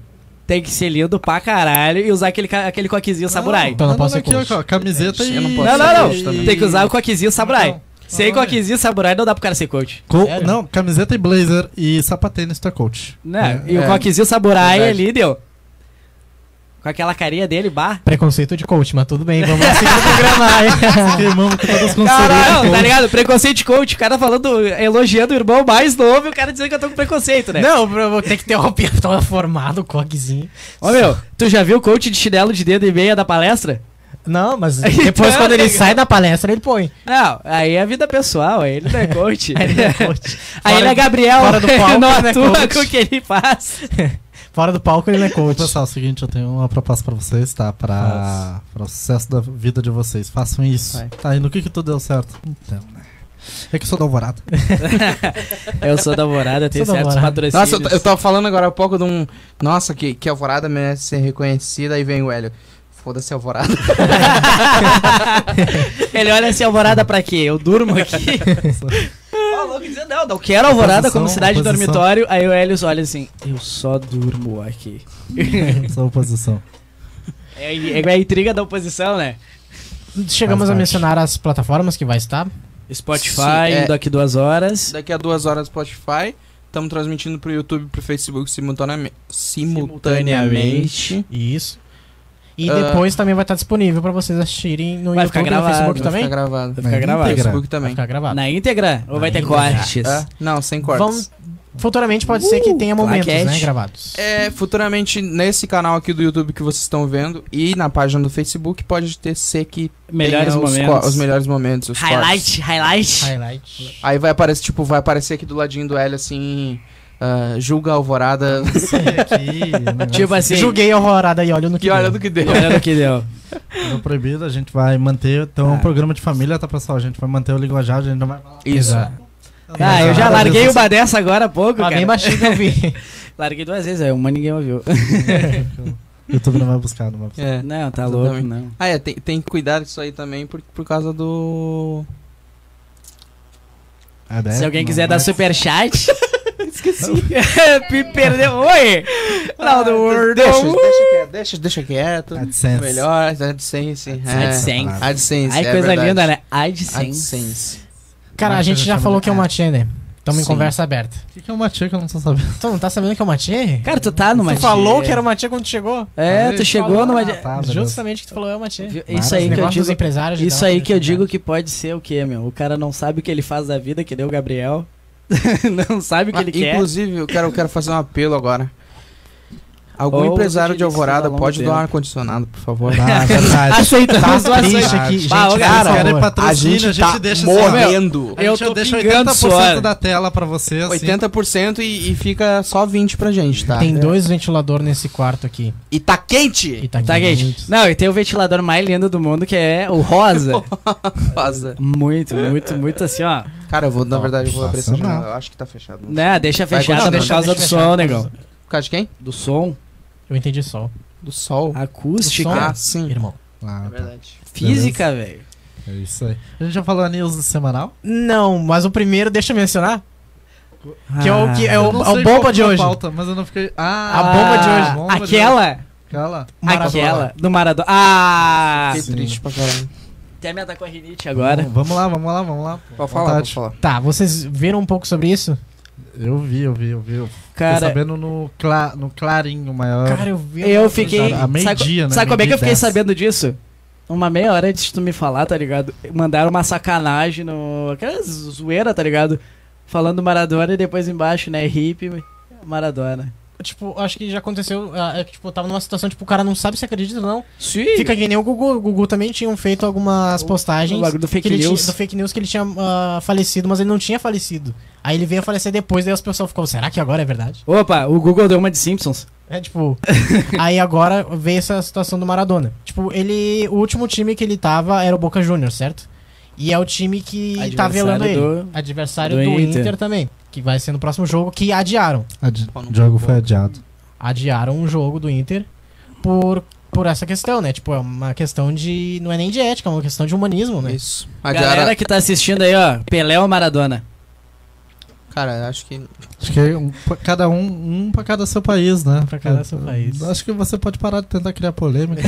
A: Tem que ser lindo pra caralho e usar aquele, ca- aquele coquezinho samurai.
C: Então não posso ser
F: aqui, ó,
C: coach.
F: ó, camiseta
D: Eu
F: e...
D: não
A: Não,
D: posso ser
A: não,
D: coach
A: não.
D: também.
A: Tem que usar o coquezinho samurai.
F: Então,
A: Sem
F: não é.
A: coquezinho samurai não dá pro cara ser coach.
F: Co-
C: Sério?
F: não, camiseta e blazer e sapatênis tu é coach.
A: Né?
F: É.
A: E o
D: é,
A: coquezinho samurai
D: verdade.
A: ali deu. Com aquela carinha dele, bah.
C: Preconceito de coach, mas tudo bem, vamos lá seguir o programa. [LAUGHS]
F: Nossa, queimamos com todas as
A: Caralho,
F: consultorias.
A: tá ligado? Preconceito coach, o cara falando, elogiando o irmão mais novo e o cara dizendo que eu tô com preconceito, né?
C: Não, eu vou ter que ter um [LAUGHS] pistola formado, coquezinho.
A: Ô meu, tu já viu o coach de chinelo de dedo e meia da palestra?
C: Não, [LAUGHS] mas depois
A: Então,
C: quando ele
A: né,
C: sai da palestra, ele põe.
A: Não, aí é vida pessoal, aí ele não é coach. [LAUGHS] aí ele é,
C: [LAUGHS] Fora do-
A: Gabriel,
C: fora do palco,
A: ele [LAUGHS] não
C: né,
A: atua
C: coach?
A: com o que ele faz.
C: Fora do palco, ele não é coach.
F: Pessoal, é o seguinte, eu tenho uma proposta pra vocês, tá? Pra, pra o sucesso da vida de vocês. Façam isso.
A: Vai.
F: Tá, e no que que tu deu certo? Então, né? É que eu sou da [LAUGHS] Alvorada.
A: [LAUGHS] Eu sou namorada, tenho
C: Sou
A: certos
C: namorada.
A: patrocínios.
D: Nossa, eu, t- eu tava falando agora há pouco de um. Nossa, que, que alvorada merece ser reconhecida. Aí vem o Hélio. Foda-se, alvorada.
A: [LAUGHS] ele olha assim, alvorada pra quê? Eu durmo [LAUGHS] aqui. Ah, louco, dizendo, não, não quero alvorada como
F: Posição,
A: cidade de
F: posição.
A: dormitório. Aí o Helios olha assim, eu só durmo aqui.
F: sou oposição.
A: É, é a intriga da oposição, né?
C: Chegamos
F: Faz
C: a
F: parte.
C: mencionar as plataformas que vai estar.
A: Spotify,
D: Sim, é.
A: indo daqui duas horas.
D: [LAUGHS] Daqui a duas horas Spotify. Estamos transmitindo pro YouTube e pro Facebook simultaneame- simultaneamente.
C: Isso. E
D: Ah.
C: depois também vai estar disponível pra vocês assistirem no
A: Vai
C: YouTube
A: ficar
C: e no
A: gravado,
C: Facebook
D: Vai
C: também.
D: ficar gravado.
A: Vai ficar
F: Na
A: gravado.
F: íntegra.
D: Facebook
C: Vai
D: também.
C: ficar gravado.
A: Na íntegra? Ou vai ter
C: íntegra.
A: cortes?
D: Ah, não, sem cortes.
C: Vamos- Futuramente pode ser que tenha momentos
A: Uh, claquete.
C: né, gravados.
D: É, futuramente, nesse canal aqui do YouTube que vocês estão vendo e na página do Facebook, pode ter ser que
A: Melhores
D: tenha os co-
A: momentos.
D: Os, melhores momentos, os cortes.
A: Highlight, highlight.
C: Highlight.
D: Aí vai aparecer, tipo, vai aparecer aqui do ladinho do Hélio, assim, ah, julga a alvorada.
F: [LAUGHS]
A: Tipo assim,
C: Julguei a horrorada e olha no que
D: e olha
C: deu.
D: do [LAUGHS] que deu.
A: olha o que deu.
F: Não tá proibido, a gente vai manter. Então, é um
A: Ah.
F: programa de família, tá, pessoal? A gente vai manter o linguajar, a gente não vai.
D: Isso.
A: Ah, eu já larguei uma dessa agora há pouco,
C: Mas
A: cara.
C: bem baixinho que eu vi.
A: [LAUGHS] Larguei duas vezes, aí uma ninguém ouviu.
F: O YouTube não vai buscar, não vai buscar.
D: É.
A: Não, tá
D: Exatamente.
A: louco, não.
D: Ah, é, tem, tem que cuidar disso aí também por, por causa do.
F: Ah, daí
A: Se alguém
F: não
A: quiser
F: vai.
A: dar superchat... Esqueci. [LAUGHS] Me perdeu. Oi! Não, do Word.
D: Ah, Deixa, deixa quieto, deixa, deixa quieto.
F: AdSense.
D: Melhor, AdSense. é.
A: AdSense.
D: AdSense.
A: Ai,
D: é
A: coisa
D: verdade. É
A: linda, né? AdSense.
D: AdSense.
C: Cara, a gente já falou que é uma tia, né? Estamos em
D: Sim.
C: conversa aberta.
F: O que, que é uma tia que eu não tô sabendo?
C: Tu não tá sabendo que é uma tia?
A: Cara, tu tá numa
C: tu falou
A: tia.
C: que era uma tia quando tu chegou?
A: É, tu chegou numa...
F: Ah, tá, beleza.
C: Justamente que tu falou é uma tia.
A: Viu? Isso aí
C: Os
A: que eu
C: negócios dos
A: digo...
C: empresários de
A: Isso
C: dar uma
A: aí
C: tia
A: que eu
C: no cara.
A: digo que pode ser o quê, meu? O cara não sabe o que ele faz da vida, que deu o Gabriel. [LAUGHS] não sabe o que
D: Ah,
A: ele quer.
D: Inclusive, eu quero, eu quero fazer um apelo agora. Algum
A: Ou
D: empresário de
A: utiliza
D: Alvorada
A: ao longo
D: pode
A: dele.
D: doar ar-condicionado, por favor.
C: [LAUGHS]
F: Ah, verdade.
A: Aceitamos
F: Tá triste aqui. Gente,
A: Bah, ô,
F: cara,
A: cara,
F: querem patrocínio,
D: a gente tá
F: deixa assim, ó,
D: morrendo.
F: A
A: Eu
F: gente
A: tô
F: deixa
A: pingando
F: 80%
A: suor.
F: da tela pra vocês. assim.
D: 80% e, e fica só 20 pra gente, tá?
C: Tem dois ventiladores nesse quarto aqui.
D: E tá quente!
C: E tá,
A: Tá, gente. Não, e tem o ventilador mais lindo do mundo, que é o rosa.
D: Rosa.
A: muito, muito, muito assim, ó.
D: Cara, eu vou, na verdade, eu vou abrir essa
F: Sensacional.
D: janela. Eu acho que tá fechado. Não.
A: Né, deixa
D: Vai,
A: fechada
D: não,
A: por
D: deixa-
A: causa do
C: deixa fechado.
A: som, negão.
D: Por causa de quem?
A: Do som,
C: Eu entendi sol.
D: Do sol.
A: acústica,
C: Do som.
D: Ah, sim.
C: Irmão.
F: Ah,
D: É
F: tá.
D: verdade.
A: física, velho.
F: É isso aí. A gente já falou a news semanal?
C: Não, mas o primeiro, deixa eu mencionar, que é
A: Ah.
C: o, que é
F: Eu
C: o,
F: não
C: a
F: sei qual
C: bomba
F: foi
C: de
F: a
C: hoje.
F: pauta, mas eu não fiquei. Ah,
C: A bomba de hoje.
F: Bomba de hoje.
A: aquela,
F: Cala.
C: Maradona.
A: aquela do Maradona. Ah,
D: Fiquei
F: Sim.
D: triste pra caralho.
A: até me atacou a rinite agora.
F: Bom, vamos lá, vamos lá, vamos lá.
D: Pode falar,
F: Vontade.
D: pode falar.
C: Tá, vocês viram um pouco sobre isso?
F: Eu vi, eu vi, eu vi. Eu fiquei
A: Cara,
F: sabendo no, cla no clarinho maior.
C: Cara, eu vi. um
A: eu fiquei.
F: a meio
A: sabe
F: dia, né?
A: sabe como é que eu
F: Meio dia
A: fiquei
F: e dez.
A: sabendo disso? Uma meia hora antes de tu me falar, tá ligado? Mandaram uma sacanagem no. Aquela zoeira, tá ligado? Falando Maradona e depois embaixo, né? Hip Maradona.
C: tipo, acho que já aconteceu, ah, é que, tipo, eu tava numa situação, tipo, o cara não sabe se acredita ou não.
A: Sim.
C: Fica que nem o Gugu. O Gugu também tinham feito algumas postagens
A: o bagulho do fake
C: que ele
A: news.
C: tinha- do fake news que ele tinha ah, falecido, mas ele não tinha falecido. Aí ele veio a falecer depois, daí as pessoas ficou será que agora é verdade?
A: Opa, o Google deu uma de Simpsons.
C: É tipo. [LAUGHS] aí agora veio essa situação do Maradona. Tipo, ele. O último time que ele tava era o Boca Juniors, certo? E é o time que tá
A: Adversário
C: velando ele.
A: do-
C: Adversário do,
A: do
C: Inter.
A: Inter.
C: também. Que vai ser no próximo jogo, que adiaram.
F: Adi-
D: Pau no
F: O jogo
D: cu,
F: foi
D: pô.
F: adiado.
C: Adiaram um jogo do Inter por, por essa questão, né? Tipo, é uma questão de. Não é nem de ética, é uma questão de humanismo, né?
D: Isso. A Diara,
A: Galera que tá assistindo aí, ó, Pelé ou Maradona?
D: cara, acho que
F: Acho que um, pra cada um, um pra cada seu país, né?
C: Pra cada seu país.
F: Acho que você pode parar de tentar criar [LAUGHS] polêmica.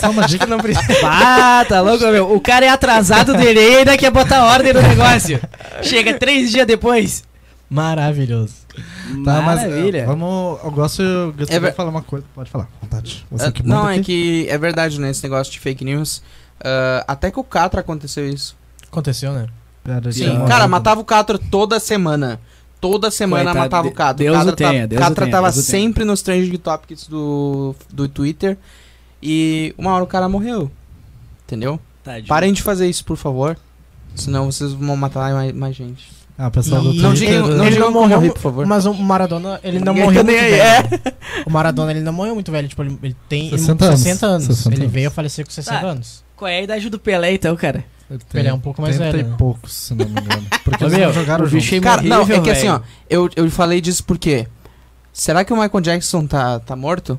F: Só uma dica.
C: Não precisa.
A: Ah, tá louco, meu. O cara é atrasado dele e ainda quer botar tá ordem no negócio. Chega três dias depois.
C: Maravilhoso.
F: Tá, mas, é,
A: Maravilha.
F: vamos, eu gosto, eu gostaria
D: É ver-
F: de falar uma coisa. Pode falar, à vontade. Você
D: É,
F: que manda
D: não, é
F: aqui.
D: que é verdade, né? Esse negócio de fake news. Ah, até que o Catra aconteceu isso.
C: Aconteceu, né?
F: Cara,
D: Sim,
F: eu tava-
D: cara, tá matava o Catra toda semana. Toda semana
A: Coitado,
D: matava o
A: de-
D: Catra.
A: Deus
D: o Catra,
A: o tenha,
D: tava,
A: Deus o
D: Catra
A: tenha,
D: tava
A: Deus o tenha.
D: sempre nos trending topics do, do Twitter. E uma hora o cara morreu. Entendeu?
A: Tadinho.
D: Parem de fazer isso, por favor. Senão vocês vão matar mais, mais gente.
F: Ah, pessoal
C: Não,
F: do
D: Não
F: Twitter,
D: digam,
F: né?
D: não
C: Ele
D: digam
C: não
D: que eu
C: morreu,
D: morri, por favor.
C: Mas o Maradona, ele não
D: Ninguém
C: morreu
D: tá nem
C: muito
D: aí,
C: velho.
D: é.
C: né? O Maradona, ele não morreu muito velho. Tipo, ele, ele tem
F: 60
C: ele-
F: anos.
C: 60 anos.
F: 60
C: ele
F: anos.
C: veio a falecer com 60
A: Tá.
C: anos.
A: Qual é a idade do Pelé, então, cara?
F: Eu
C: Ele é
F: tenho
C: um pouco mais
F: 30
C: velho.
F: e
C: né?
F: poucos, se não me
C: [LAUGHS]
F: engano. Porque
A: Ô,
F: eles não
A: meu,
F: jogaram
A: o
F: junto.
A: bicho é
D: Cara, não, é que
A: imorrível,
D: assim, ó,
A: velho.
D: eu, eu falei disso porque. Será que o Michael Jackson tá, tá
A: [LAUGHS]
D: morto?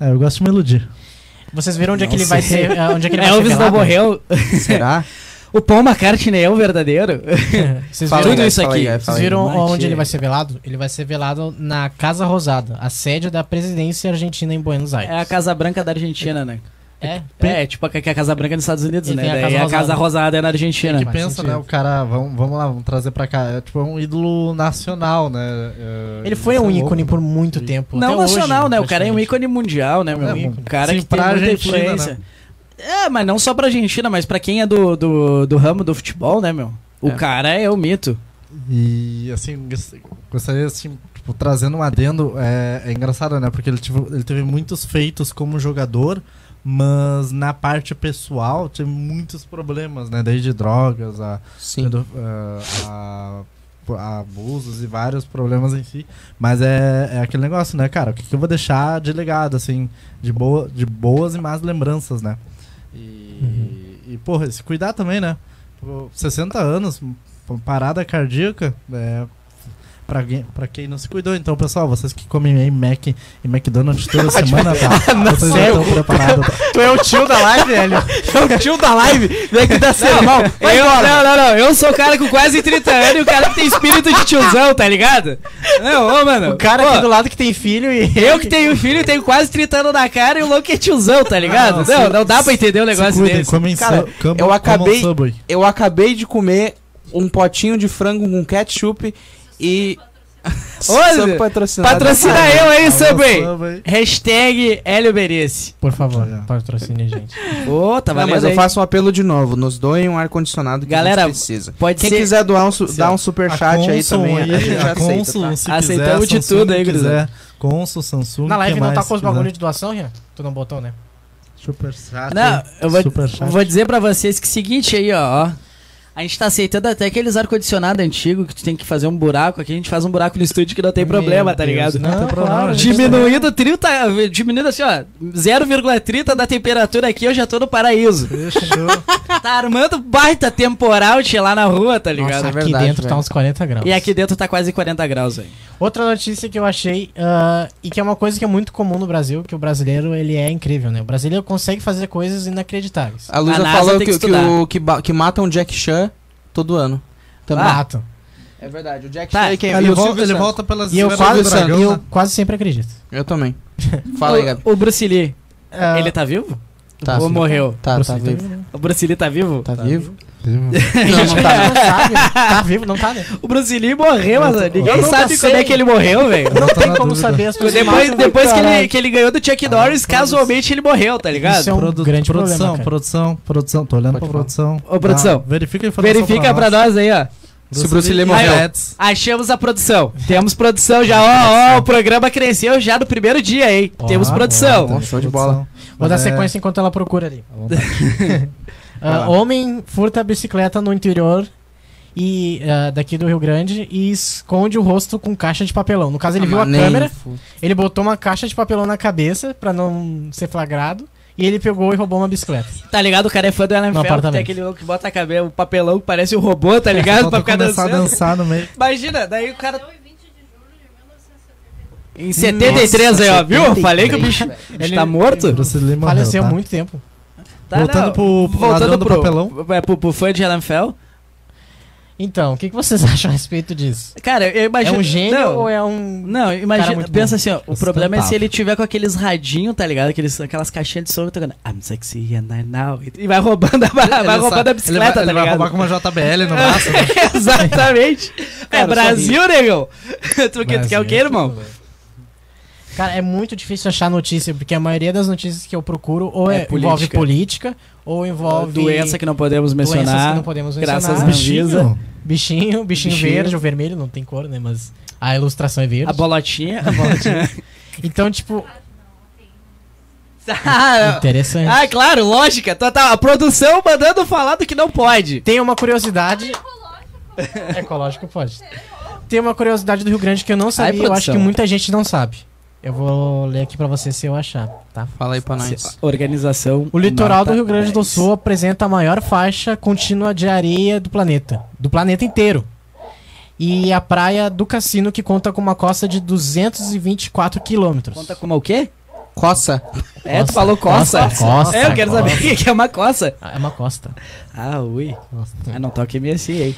F: É, eu gosto de me iludir.
C: Vocês viram onde é que
A: Não
C: ele vai
A: sei.
C: ser. é, Onde é que ele vai ser
A: Elvis não
C: velado?
A: morreu.
D: Será?
A: O Paul McCartney é o verdadeiro.
C: [LAUGHS] Vocês viram,
D: Fala aí,
A: Tudo
D: guys,
A: isso
D: fala aí,
A: aqui.
D: guys,
C: vocês
D: fala aí.
C: viram
A: Mentira.
C: onde ele vai ser velado? Ele vai ser velado na Casa Rosada, a sede da presidência argentina em Buenos Aires.
A: É a Casa Branca da Argentina, né?
C: É?
A: É, tipo a, que é a Casa Branca nos Estados Unidos,
C: E
A: né?
C: tem a
A: Daí
C: Casa
A: a
C: Rosada.
A: Casa Rosada é na Argentina.
F: que
C: faz
F: pensa,
C: sentido.
F: né? O cara, vamos, vamos lá, vamos trazer pra cá. É tipo um ídolo nacional, né? É,
C: Ele foi
F: isso é
C: um
F: louco,
C: ícone
F: né?
C: por muito tempo.
A: Não
C: até hoje,
A: nacional, né? O cara é um
C: praticamente.
A: ícone mundial, né, meu?
F: É,
A: amigo?
F: bom.
A: um cara
F: Sim,
A: que tem
F: pra
A: muita
F: Argentina,
A: influência. É, mas não só pra Argentina, mas pra quem é do, do, do ramo do futebol, né, meu? O
D: É.
A: cara é o mito.
F: E assim, gos- gostaria assim, tipo, trazendo um adendo, é, é engraçado, né? Porque ele, tive- ele teve muitos feitos como jogador, mas na parte pessoal teve muitos problemas, né? Desde drogas a
D: Sim.
F: pedo- ah, a- a abusos e vários problemas em si. Mas é, é aquele negócio, né, cara? O que, que eu vou deixar de legado, assim, de, boa, de boas e más lembranças, né? E, e, porra, se cuidar também, né? Pô, 60 anos, pô, parada cardíaca, é. Pra, alguém- pra quem não se cuidou, então, pessoal, vocês que comem aí Mac e McDonald's toda semana, tá? Vocês já estão preparados. tá?
C: Tu é o tio
A: [LAUGHS]
C: da live, velho.
A: É o tio da live, vem que tá sendo mal. Eu, não, não, não. Eu sou o cara com quase 30 anos e o cara que tem espírito de tiozão, tá ligado? Não, ô, mano.
C: O cara
A: Pô,
C: aqui do lado que tem filho e.
A: Eu que tenho filho, tenho quase 30 anos na cara e o louco é tiozão, tá ligado?
F: não,
A: Não,
F: se-
A: não, dá pra entender o
F: Se
A: negócio
F: cuidem,
A: desse.
F: comem
D: Cara,
F: su- comam-
D: eu
F: comam
D: acabei-
F: Subway.
D: Eu acabei de comer um potinho de frango com ketchup e.
A: Olha,
D: Sou patrocinado.
A: Patrocina
F: né?
D: Tá,
A: eu aí, Subway.
F: Subway.
A: Hashtag Hélio Berice.
C: Por favor,
F: Olha.
C: patrocine a gente.
A: Ô, tá
D: Não,
A: valendo
D: mas eu
A: aí.
D: faço um apelo de novo. Nos doem um ar-condicionado que
A: Galera,
D: a gente precisa.
A: Pode
D: Quem
A: ser.
D: quiser doar um, su- dar um
F: A
D: superchat aí
F: Consul
D: também, a gente
F: a
D: aceita.
F: Consul,
D: tá?
F: se
A: Aceitamos
F: quiser,
A: de tudo aí,
F: Samsung
A: gurizada.
F: quiser, Consul, Samsung,
C: Na live
F: que
C: não tá
F: mais
C: com os
F: quiser.
C: bagulho de doação, Rian? Tu não botou, né?
F: Super chat.
A: Não, eu vou,
F: Super chat.
A: vou dizer pra vocês que é o seguinte aí, ó. ó. A gente tá aceitando até aqueles ar-condicionado antigo que tu tem que fazer um buraco aqui. A gente faz um buraco no estúdio que não tem problema,
C: Meu
A: tá
C: Deus,
A: ligado?
C: Não,
F: tem
C: tem
F: problema,
C: problema.
F: gente.
A: tá Diminuído 30, diminuindo assim, ó, 0,30 da temperatura aqui, eu já tô no paraíso.
F: [LAUGHS] Fechou.
A: Tá armando baita temporal, tia, lá na rua, tá ligado?
D: Nossa,
C: aqui
D: é verdade,
C: dentro tá
D: velho.
C: uns 40 graus.
A: E aqui dentro tá quase 40 graus aí.
C: Outra notícia que eu achei, ah, e que é uma coisa que é muito comum no Brasil, que o brasileiro, ele é incrível, né? O brasileiro consegue fazer coisas inacreditáveis.
F: Ah,
D: A Luísa
A: A NASA
D: falou
A: tem
D: que,
A: que
D: que,
A: estudar.
D: o, que, ba- que matam o Jack Chan todo ano.
C: Tá
D: Também.
A: Ah,
C: Mato.
D: É verdade. O Jack
A: Tá,
D: Chan e quem e
F: ele,
D: o
F: vol-
D: Silvio
F: ele
D: Santos.
F: volta pelas
C: E eu
F: esferas do
C: quase,
F: dragão,
C: e eu
F: né?
C: quase sempre acredito.
D: Eu também. Fala aí, Gabi.
A: O, o Bruce Lee,
C: Ah,
A: ele tá vivo?
D: Tá,
A: Ou
D: sim.
A: morreu?
D: Tá,
C: Bruce
D: tá
C: Lee também,
D: vivo.
C: [LAUGHS] né?
A: O Bruce Lee tá vivo?
D: Tá vivo?
C: Não, não tá, não sabe. Tá vivo, não tá, né?
A: O Bruce Lee morreu, mas
C: eu
A: ninguém
C: nunca
A: sabe
C: sei. é
A: como é que ele morreu,
F: [LAUGHS]
A: velho.
C: Não
F: tô
C: tem
F: na
C: como
F: dúvida.
C: saber as pessoas.
A: Depois, depois que, ele, que ele ganhou do Chuck Norris, casualmente ele morreu, tá ligado?
C: Isso é um
F: Produ-
C: grande
F: produção,
C: problema, cara.
F: produção, produção. Tô olhando pra produção.
A: Ô, produção.
F: Dá- verifica a informação
A: Verifica pra nós aí, ó.
D: Se o Bruce Lee
A: Aí, ó,
D: morreu.
A: Achamos a produção. Temos produção já. Ó, ó, o programa cresceu já do primeiro dia, hein?
F: Ó,
A: Temos
F: ó,
A: produção.
F: temos
D: Show de
F: produção.
C: Vou dar
F: É,
C: sequência enquanto ela procura [LAUGHS] ali.
F: à vontade.
C: Ah, homem furta a bicicleta no interior e ah, daqui do Rio Grande e esconde o rosto com caixa de papelão. No caso, ele
D: Ah,
C: viu a
D: mas nem
C: câmera,
D: fu-
C: ele botou uma caixa de papelão na cabeça pra não ser flagrado e ele pegou e roubou uma bicicleta.
A: Tá ligado? O cara é fã do Ellen
C: No
A: Feld, tem
C: apartamento.
A: aquele louco que bota a cabeça, o papelão que parece um robô, tá ligado?
F: [LAUGHS] Falta
A: pra ficar
F: começar
A: dançando.
F: a dançar no meio.
A: Imagina, daí o cara. Em 73 aí, ó, viu?
C: 73.
A: Falei que o bicho
C: Ele-
A: tá morto.
F: Bruce Lee morreu,
C: Faleceu
F: tá?
C: muito tempo.
A: Tá,
F: Voltando
A: não,
F: pro- pro ladrão do papelão.
A: é, pro, pro fã de Ellen Feld.
C: Então, o que, que vocês [LAUGHS] acham a respeito disso?
A: Cara, eu imagino.
C: é um gênio
A: não,
C: ou é um.
A: Não,
C: Cara
A: imagina,
C: muito
A: pensa
C: bom.
A: assim, ó, o
F: Ostentava.
A: problema é se ele tiver com aqueles radinhos, tá ligado? Aqueles, aquelas caixinhas de som tocando I'm sexy and I know it", E vai roubando a, vai
F: Ele
A: roubando
F: sabe-
A: a bicicleta, tá
F: ele vai, ele vai
A: ligado?
F: roubar com uma JBL no braço. né?
A: [LAUGHS] Exatamente. é
F: Cara,
A: Brasil, negão. [LAUGHS] tu, que- tu quer o quê,
F: Brasil.
A: irmão?
C: Cara, é muito difícil achar notícia, porque a maioria das notícias que eu procuro ou
A: É
C: é- envolve
A: política.
C: política, ou envolve.
A: Doença que não podemos
C: doenças
A: mencionar.
C: que não podemos
A: graças
F: Ah,
C: mencionar.
A: a Deus. Avisa.
C: Bichinho, bichinho,
A: Bichinho.
C: verde ou vermelho, não tem cor, né? Mas a ilustração é verde.
A: A bolotinha. A
C: Então, tipo,
A: bolotinha.
C: interessante.
A: [LAUGHS] ah, claro, lógica. Tá, tá, a produção mandando falar do que não pode.
C: Tem uma curiosidade. [LAUGHS] Ecológico pode. Tem uma curiosidade do Rio Grande que eu não sabia, eu acho
A: produção.
C: que muita gente não sabe. Eu vou ler aqui pra você se eu achar, tá?
D: Fala aí pra nós.
A: Organização.
C: O litoral do
A: nota
C: Rio Grande do
A: 10.
C: Sul apresenta a maior faixa contínua de areia do planeta, do planeta inteiro. E a praia do Cassino que conta com uma costa de 224 quilômetros.
A: Conta como é o quê?
D: Coça.
A: É, tu falou coça.
C: Costa, costa,
A: é, eu quero
C: costa.
A: saber o [LAUGHS] que que é uma coça.
C: É uma costa.
A: Ah, ui. Ah, não toque MSI, hein?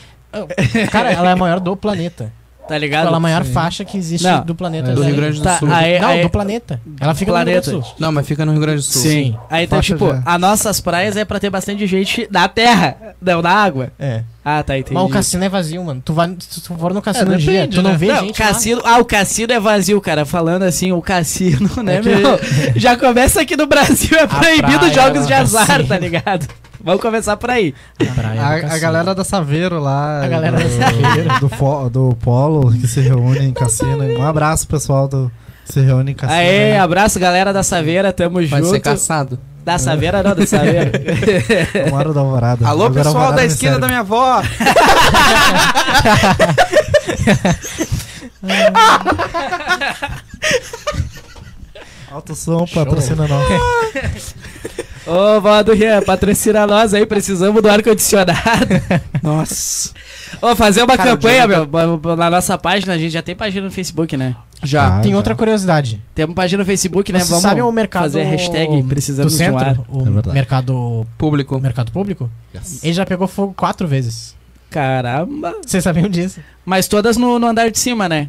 C: Cara, ela é a maior
A: [LAUGHS]
C: do planeta.
A: Tá ligado?
C: Ela é a maior faixa que existe
A: Não.
C: do planeta. é
D: Do Rio Grande do
A: Tá,
D: Sul.
A: aí-
C: Não,
A: aí-
C: do planeta. Ela fica
A: Planeta.
C: no Rio Grande do Sul.
D: Não, mas fica no Rio Grande do Sul.
A: Sim. Aí então,
F: Faixa
A: tipo,
F: já.
A: as nossas praias é pra ter bastante gente da terra, não da água.
C: É.
A: Ah, tá, entendi.
C: Mas o cassino é vazio, mano. Tu vai, se tu for no cassino
F: É,
C: um dia,
F: depende,
C: tu não
F: né?
C: vê
A: Não,
C: gente lá.
A: cassino, ah, o cassino é vazio, cara. Falando assim, o
C: É
A: cassino, né,
C: [LAUGHS]
A: meu? Já começa aqui no Brasil, é proibido
C: praia
A: jogos
C: do
A: de azar,
C: cassino.
A: tá ligado? Vamos começar por aí.
C: A praia do
F: É, A, a
C: cassino.
F: galera da Saveiro lá.
C: é A galera
F: do,
C: da Saveiro.
F: [LAUGHS] Do, fo- do Polo, que se reúne em cassino. Um abraço, pessoal do que se reúne em cassino.
A: Aê,
C: é.
F: né?
A: abraço, galera da Saveira, tamo
D: Pode ser
A: junto.
D: caçado.
A: Da Saveira não, da
C: [LAUGHS]
A: Saveira.
F: Amaro da Alvorada.
D: Alô,
F: Agora
D: pessoal
F: Alvorada
D: da
F: me
D: esquina
F: serve.
D: da minha avó.
F: Alto som, patrocina nós.
A: Ô, vó do Rian, patrocina nós aí, precisamos do ar-condicionado.
C: [LAUGHS]
D: Nossa.
A: Ô, fazer uma
D: Cara, o
A: campanha,
D: Jonathan-
A: meu, b- b- na nossa página, a gente já tem página no Facebook, né?
D: Já.
F: Ah,
C: Tem
F: já.
C: outra curiosidade.
A: Temos página no Facebook, né?
C: Vocês sabem o mercado
A: fazer hashtag
C: do
A: precisamos de um ar.
C: centro? O
F: É verdade.
C: mercado, o
D: Público.
C: mercado público? Ele já pegou fogo quatro vezes.
A: Caramba.
C: Vocês sabiam disso?
A: Mas todas no, no andar de cima, né?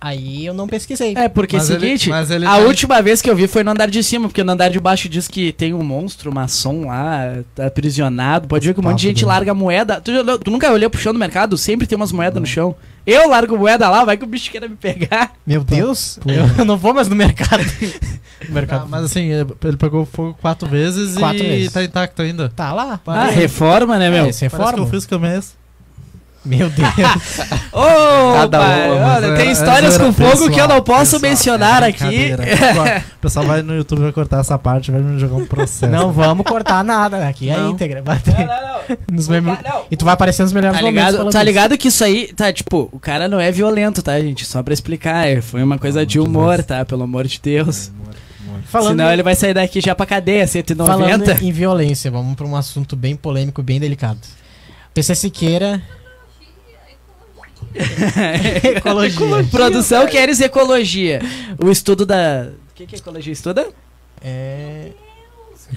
C: Aí eu não pesquisei.
A: É, porque é o
F: Mas ele-
A: seguinte,
F: mas ele
A: a
F: tem-
A: última vez que eu vi foi no andar de cima, porque no andar de baixo diz que tem um monstro, um maçom lá, tá aprisionado. Pode ver que um monte de
F: Papo
A: gente
F: dele.
A: larga moeda. Tu, já olhou- tu nunca olhou pro chão do mercado? Sempre tem umas moedas no chão. Eu largo moeda lá, vai que o bicho queira me [LAUGHS] pegar.
C: Meu Deus, eu [LAUGHS] não vou mais
A: [LAUGHS]
C: no mercado. No
F: Tá,
C: mercado.
F: mas assim, ele pegou fogo quatro vezes
C: Quatro
F: e
C: vezes.
F: tá intacto ainda.
C: Tá lá.
A: Ah, reforma, né, meu?
C: É, se
F: Parece que
C: reforma.
F: eu fiz com mês.
C: Meu Deus.
A: Ô,
F: Cada
A: pai,
F: uma, mas
A: olha,
F: era-
A: tem histórias
F: era
A: com fogo que eu
F: pessoal,
A: não posso
F: pessoal,
A: mencionar
F: é
A: aqui. [LAUGHS]
F: brincadeira. Pessoal, O pessoal vai no YouTube, vai cortar essa parte, vai me jogar um processo.
C: não vamos cortar nada. né? Aqui é
D: Não.
C: íntegra. Vai ter nos meme- E tu vai aparecer nos melhores
A: Tá
C: momentos.
A: ligado,
C: falando
A: tá
C: isso.
A: ligado que isso aí, tá, tipo, o cara não é violento, tá, gente? Só pra explicar, é, foi uma coisa
F: Pelo
A: de
F: amor de
A: humor,
F: Deus.
A: tá? Pelo amor de Deus.
C: Falando,
A: Senão ele vai sair daqui já pra cadeia,
C: falando
A: 190.
C: em violência, vamos pra um assunto bem polêmico, bem delicado. PC Siqueira.
A: [LAUGHS]
C: Ecologia.
A: Produção queres ecologia. O estudo da... O que que ecologia estuda?
C: É...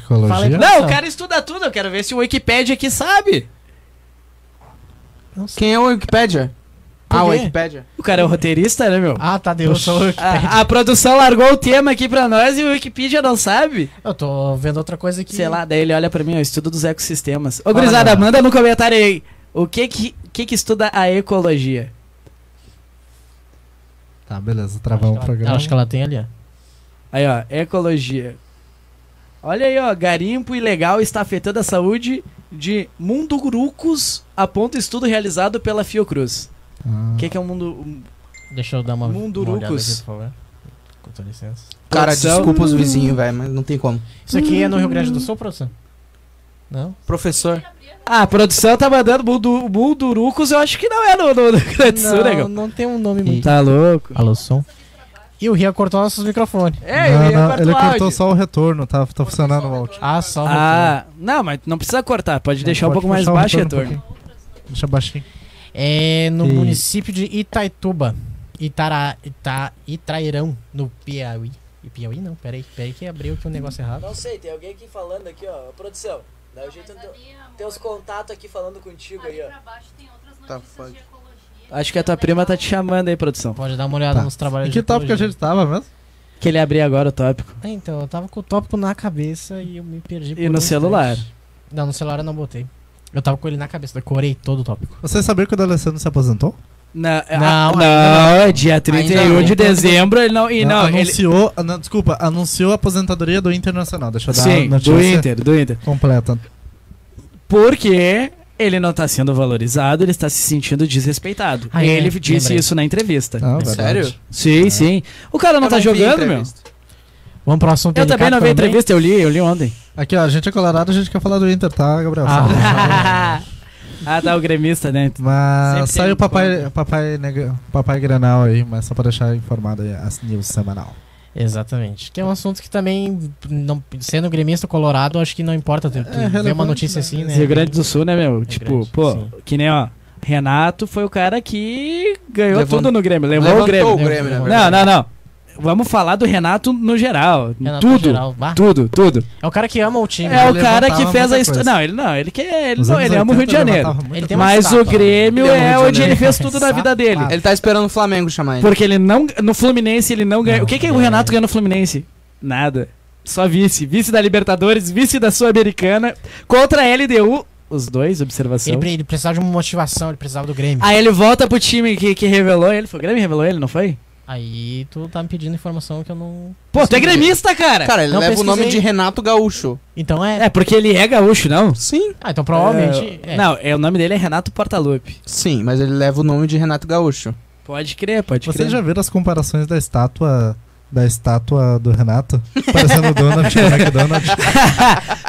C: Fala aí
F: Psicologia.
C: pra-
A: Não,
C: Nossa.
A: o cara estuda tudo, eu quero ver se o Wikipedia aqui sabe.
D: Quem é o Wikipedia? Ah, o
C: quê?
D: Wikipedia.
A: O cara é o roteirista, né, meu?
C: Ah, tá, eu sou eu que
A: A, a produção largou o tema aqui pra nós e o Wikipedia não sabe.
C: Eu tô vendo outra coisa aqui.
A: Sei lá, daí ele olha pra mim, ó, estudo dos ecossistemas. Ô,
C: Fala,
A: gurizada,
C: Nara.
A: manda no comentário aí. O que que, que que estuda a ecologia?
F: Tá, beleza, travamos o
C: Ela-
F: programa.
C: acho que ela tem ali, ó.
A: Aí, ó, ecologia. Olha aí, ó. Garimpo ilegal está afetando a saúde de Mundurucos, aponta estudo realizado pela Fiocruz.
F: Ah.
A: O que, que é o mundo.
C: Deixa eu dar uma,
A: Mundurucus.
C: uma olhada aqui, por favor. Com toda licença.
D: Cara,
A: Produção.
D: desculpa os vizinhos, velho, mas não tem como.
C: Isso aqui é no Rio Grande do Sul, produção? Não?
D: Professor.
A: Ah, a produção tá mandando mundu, Mundurucos, eu acho que não é no, no, no Rio Grande do Sul,
C: não,
A: negão.
C: não tem um nome muito...
A: Tá louco.
F: Ah,
C: Alô, som? E o Ria cortou nossos microfones.
A: É,
F: Não,
A: ele,
F: não,
A: corta
F: ele
A: o
F: cortou
A: áudio.
F: só o retorno, tá, tá funcionando o áudio.
C: Ah, só o retorno.
A: Ah, não, mas não precisa cortar, pode deixar um
F: É, Pode
A: pouco mais
F: puxar o
A: baixo o
F: retorno um
A: retorno.
F: pouquinho. Deixa baixinho.
C: É no
F: E-
C: município de Itaituba. Itara, Ita, Itairão, no Piauí. E Piauí não, peraí, peraí que abriu aqui um negócio errado.
A: Não sei, tem alguém aqui falando aqui, ó. Produção, dá o jeito tem os contatos aqui falando contigo aí, ó.
D: Tá, pode.
A: Acho que a tua prima tá te chamando aí, produção.
C: Pode dar uma olhada
F: Tá.
C: nos trabalhos
F: Em que
C: de
F: tópico a
C: ecologia.
F: gente tava mesmo?
A: Que ele abrir agora o tópico.
C: É, então, eu tava com o tópico na cabeça e eu me perdi um
A: E no celular.
C: instante. Não, no celular eu não botei. Eu tava com ele na cabeça, decorei todo o tópico.
F: Você sabia que o D'Alessandro se aposentou?
A: Não,
C: Não,
A: não, não dia 31
C: não.
A: de dezembro ele não. E não, ele.
F: anunciou, ah, não, desculpa, anunciou a aposentadoria do Internacional. Deixa eu dar a
A: Sim,
F: notícia
A: do Inter, do Inter.
F: completa.
A: Porque ele não tá sendo valorizado, ele está se sentindo desrespeitado.
C: Ah, é,
A: ele disse
C: lembrei.
A: isso na entrevista.
F: Ah, verdade.
D: Sério?
A: Sim, sim. O cara não
D: Eu
A: tá
D: vi
A: jogando, meu.
D: entrevista.
C: Vamos pro assunto
A: Eu também não vi a entrevista, eu li, eu li ontem.
F: Aqui, ó, a gente é colorado, a gente quer falar do Inter, tá, Gabriel?
A: [LAUGHS] Ah, tá, o gremista, né?
F: Mas
A: Sempre
F: saiu
A: tem um
F: o papai, papai, nega- papai Granal aí, mas só pra deixar informado aí, as news semanal.
C: Exatamente. Que é um assunto que também, não, sendo gremista colorado, acho que não importa tu, tu ver uma
F: relevante,
C: notícia
F: né?
C: assim, né?
A: É, Rio Grande do Sul, né, meu? tipo,
C: Grande,
A: pô,
C: sim.
A: que nem, ó, Renato foi o cara que ganhou
D: Levant-
A: tudo no Grêmio, levou
D: Levantou
A: o Grêmio.
C: né?
D: né,
C: Não,
A: Não,
D: verdade.
A: não, não. Vamos falar do Renato no geral.
C: Renato
A: tudo.
C: Geral, É bah,
A: Tudo, tudo.
C: É o cara que ama o time.
A: É
F: ele
A: o cara
F: levantava
A: que fez a
F: muita
A: história.
F: coisa.
A: Não, ele não, ele que é- ele,
F: Nos
A: não,
F: anos
A: ele ama o Rio
F: 80
A: de Janeiro.
F: levantava muito.
C: Ele tem uma
A: Mas o
C: estátua, né?
A: Grêmio
D: Ele ama o
A: é
D: Rio de
A: onde ele
D: Janeiro.
A: fez tudo na vida dele.
D: Ele tá esperando o Flamengo chamar ele.
A: Porque ele não. No Fluminense ele não ganhou. O que, que o
C: Não,
A: Renato
C: é.
A: ganhou no Fluminense? Nada. Só vice. Vice da Libertadores, vice da Sul-Americana. Contra a LDU. Os dois, observação.
C: Ele, pre- ele precisava de uma motivação, ele precisava do Grêmio.
A: Aí ele volta pro time que, que revelou ele. Foi o Grêmio revelou ele, não foi?
C: Aí tu tá me pedindo informação que eu não.
A: Pô, tu é gremista, cara!
D: Cara, ele
C: Não
D: leva o
C: pesquisei.
D: nome de Renato Gaúcho.
C: Então é.
A: É, porque ele é gaúcho, não?
D: Sim.
C: Ah, então provavelmente.
A: É,
C: é.
A: Não, é, o nome dele é Renato Portaluppi.
D: Sim, mas ele leva o nome de Renato Gaúcho.
A: Pode crer, pode crer.
F: Vocês já viram as comparações da estátua da estátua do Renato? Parecendo o Donald, o McDonald.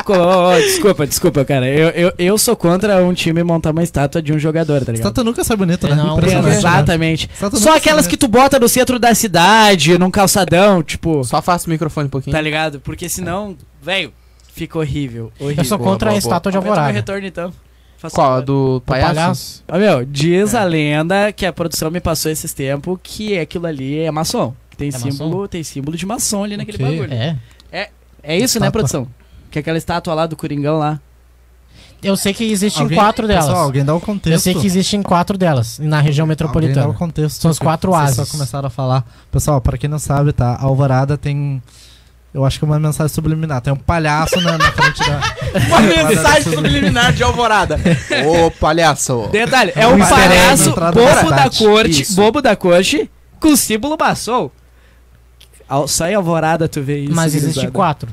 A: Co- ó, ó, desculpa, desculpa, cara. Eu, eu, eu sou contra um time montar uma estátua de um jogador, tá ligado?
F: Estátua nunca sai bonita, né?
C: É, não,
F: Impressionante, né?
A: Exatamente.
C: tá
F: Estátua nunca
A: Só
F: sai
A: aquelas que
F: bonita.
A: tu bota no centro da cidade, num calçadão, tipo.
D: Só afasta o microfone um pouquinho.
A: Tá ligado? Porque senão, velho, fica horrível. horrível.
C: Eu sou contra
D: boa,
C: a
D: boa.
C: estátua É de
A: Aumenta meu
C: Alvorada.
A: retorno, então. Faça
D: Qual? A
A: favor.
D: do
C: Do
D: palhaço?
C: [LAUGHS]
A: Ó, meu,
C: É.
A: diz a lenda que a produção me passou esses tempos que aquilo ali é maçom. Tem,
C: É maçom?
A: símbolo, tem símbolo de maçom ali naquele
F: Ok.
A: bagulho.
C: É.
A: É isso, né,
F: Estátua.
A: produção? Que aquela estátua lá do Coringão lá.
C: Eu sei que existem
F: Alguém-
C: quatro delas.
F: Pessoal, alguém dá o contexto.
C: eu sei que existem quatro delas na região
F: Alguém dá
C: metropolitana.
F: o contexto.
C: São os
F: porque
C: quatro
F: vocês
C: ases.
F: só começaram a falar. Pessoal, pra quem não sabe, tá? A Alvorada tem... Eu acho que é uma mensagem subliminar. Tem um palhaço na, na frente da...
D: Uma mensagem subliminar de Alvorada. Ô, palhaço.
A: Detalhe, é
F: É um
A: um
F: mistério,
A: palhaço
F: né? Entrada
A: bobo da
F: na cidade.
A: corte,
D: Isso.
A: bobo da corte, com símbolo maçom. Al- Só em Alvorada tu vê isso.
C: Mas existem
A: gurizada.
C: quatro.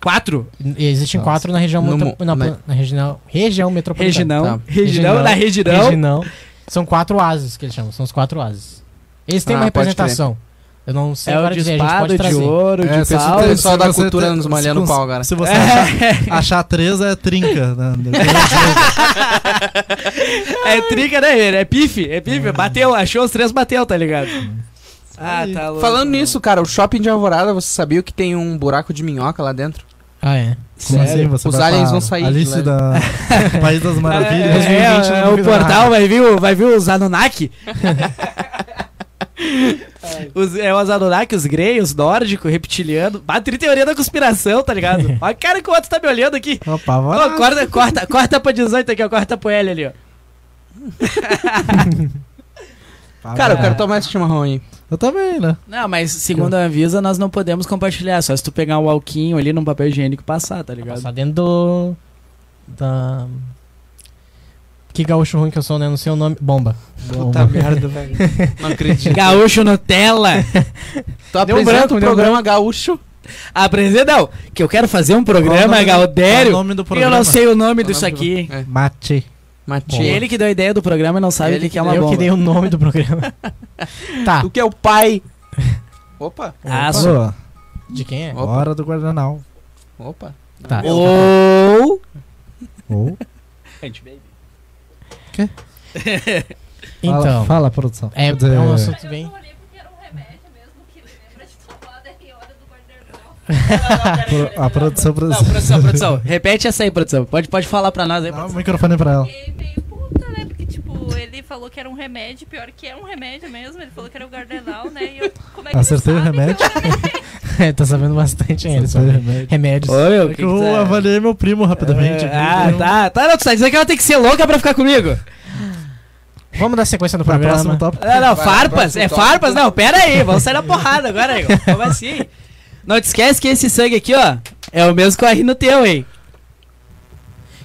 A: Quatro?
C: E Existem
D: Nossa.
C: quatro na região,
D: No
C: metro-
D: mu-
C: na,
D: na-
C: na região, região metropolitana.
A: Reginão,
D: Tá.
A: Reginão, na Reginão.
C: Reginão. São quatro ases que eles chamam. São os quatro ases. Eles têm
D: Ah,
C: uma
D: pode crer.
C: representação. Eu não sei
A: É o
C: agora
A: de
C: dizer, a gente
A: espada,
C: pode
A: de
C: trazer.
A: ouro, de
F: se
A: pau. [LAUGHS]
F: você-
D: Pessoal
F: se
D: da
F: você
D: cultura
F: tem-
D: nos
F: se
D: malhando
F: cons-
D: pau agora.
F: Se você achar, achar três, é trinca. né?
A: É trica, né? ele? É pife, é pife. Bateu, achou os três, bateu, tá ligado? Ah, tá louco.
D: Falando nisso, cara, o shopping de Alvorada, você sabia que tem um buraco de minhoca lá dentro?
C: Ah, é.
F: Como
A: Sério?
F: assim? Você
D: Os
F: vai
D: aliens
F: pra
D: vão sair
F: Alice
D: de
F: da... País das Maravilhas.
A: É, é,
F: 2020 não
A: é o
F: duvido nada.
A: portal, vai vir, o- vai vir os Anunnaki. [LAUGHS] os, é os Anunnaki, os Grey, os nórdicos, reptiliano. Bate teoria da conspiração, tá [LAUGHS] ligado? Olha a cara que o outro tá me olhando aqui.
F: Opa,
A: Ó,
F: vai.
A: corta, corta, corta pra 18 aqui, ó, corta pro L ali, ó.
F: Ah, é.
D: Cara, eu quero tomar esse chimarrão aí.
F: Eu também, né?
A: Não, mas segundo a Anvisa, nós não podemos compartilhar. Só se tu pegar um alquinho ali num papel higiênico e passar, tá ligado?
C: Passar dentro do. Da. Que gaúcho ruim que eu sou, né? Não sei o nome. Bomba. Bomba.
D: merda, velho. Não acredito.
A: [LAUGHS] Gaúcho Nutella! [LAUGHS]
D: Tu
C: Deu um
D: apresenta
C: branco, deu
D: o
C: um
D: programa gaúcho
A: Apresenta, não, que eu quero fazer um
F: Qual o
A: programa,
F: nome do-
A: Galdério.
F: qual o nome do
A: Eu
F: programa?
A: não sei o nome disso
D: Qual o nome
A: aqui.
D: do programa?
F: Mate.
D: É, Mati.
A: E Ele que deu a ideia do programa e não sabe o
D: Ele
A: que, que é uma
C: eu
A: bomba.
C: que dei o nome do programa. tá.
D: Tu que é o pai. Opa,
A: Ah,
F: Opa.
A: só-
C: [LAUGHS] De quem é?
D: Opa.
F: Hora do Guardanal.
D: opa.
C: Tá.
A: Ou...
C: [LAUGHS]
F: Ou.
C: Então.
F: Fala, fala, produção.
C: É,
F: Quer dizer,
C: é um assunto bem. [LAUGHS]
H: um
F: pro- a produção
A: Não,
F: brasileira.
A: produção, produção. Repete essa aí, produção. Pode, pode falar pra nós aí.
F: Dá
A: produção.
F: o um microfone pra
C: é
F: ela.
H: E meio puta, né? Porque, tipo, ele falou que era um remédio, pior que é um remédio mesmo. Ele falou que era o Gardenal, né? E eu, como é que
F: Acertei o
H: ele sabe
F: remédio.
H: que é um
C: É, tá sabendo bastante ainda
F: Acertei o
C: sobre
F: remédio.
C: remédios.
A: Ô, meu,
F: É
A: que
F: que
A: que tu
F: eu
A: tá-
F: avaliei meu primo rapidamente.
C: É,
F: aqui,
A: Ah,
F: então,
A: tá. Tá, não, tu tá dizendo que ela tem que ser louca pra ficar comigo.
C: Vamos dar sequência no
F: Pra
C: programa. é
F: próximo tópico.
A: Não, não,
D: Vai,
A: farpas?
D: próximo
A: É
D: tópico.
A: farpas? Não, pera aí, vamos sair na porrada agora, Igor. Como assim? Não te esquece que esse sangue aqui, ó, é o mesmo que eu arri no teu, hein?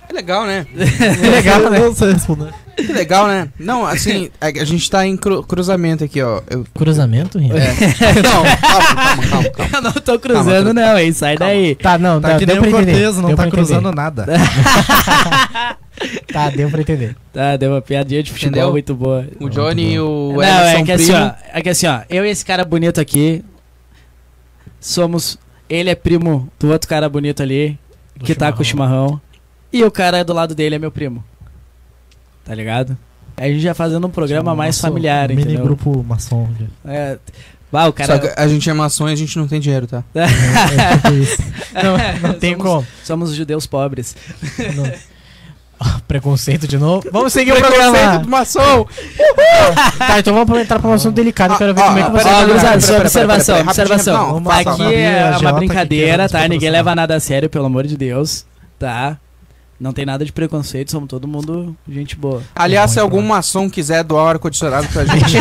D: É legal, né?
F: Legal, né? Não sei responder.
D: Que legal, né? Não, assim, a, a gente tá em cru- cruzamento aqui, ó. Eu,
C: Cruzamento, Rian?
F: É.
D: não, calma, calma, calma, calma.
A: Eu não [LAUGHS] tô cruzando,
D: É. Calma,
A: não, hein? Sai daí.
C: Tá, não,
F: Tá
C: dá-
F: que
C: deu
F: nem
C: pra
F: o
C: entender.
F: Cortez, não
C: deu
F: tá
C: pra
F: cruzando
C: entender.
F: nada.
C: Tá, deu pra
F: [LAUGHS]
C: entender.
A: Tá, deu uma piadinha de futebol
D: Entendeu?
A: muito boa.
D: O Johnny e o
A: Não,
D: Emerson
A: é que, assim,
D: Primo.
A: ó, é que assim, ó, eu e esse cara bonito aqui somos. Ele é primo do outro cara bonito ali, que tá com o chimarrão. E o cara do lado dele é meu primo. Tá ligado? A gente já fazendo um programa mais
F: Nosso
A: familiar,
F: Mini
A: entendeu?
F: grupo
C: [LAUGHS]
F: maçom. aqui.
A: É. Bah, o cara.
D: Só
A: [LAUGHS]
D: que a gente é maçom e a gente não tem dinheiro, tá?
F: É tipo isso.
C: Não, não tem
A: Somos-
C: como.
A: Somos judeus pobres.
C: Não. Preconceito de novo. Vamos seguir o
D: Preconceito
C: programa.
D: do maçom!
C: Tá, então vamos entrar pra um assunto delicado. Quero ver
D: Ah,
C: como é que
D: ah,
C: você
D: peraí,
A: Ó,
D: peraí,
A: gurizada,
D: peraí,
A: só
D: peraí,
A: observação,
D: peraí, rapidinho,
A: observação.
D: rapidão.
F: Vamos
D: Passa,
F: passar.
A: Aqui é
F: Agiota
A: uma
F: que quer
A: brincadeira,
F: nos
A: tá? Ninguém
F: patrocinar.
A: leva nada a sério, pelo amor de Deus. Tá? Não tem nada de preconceito, somos todo mundo gente boa.
D: Aliás, se algum maçom quiser doar o ar-condicionado pra gente,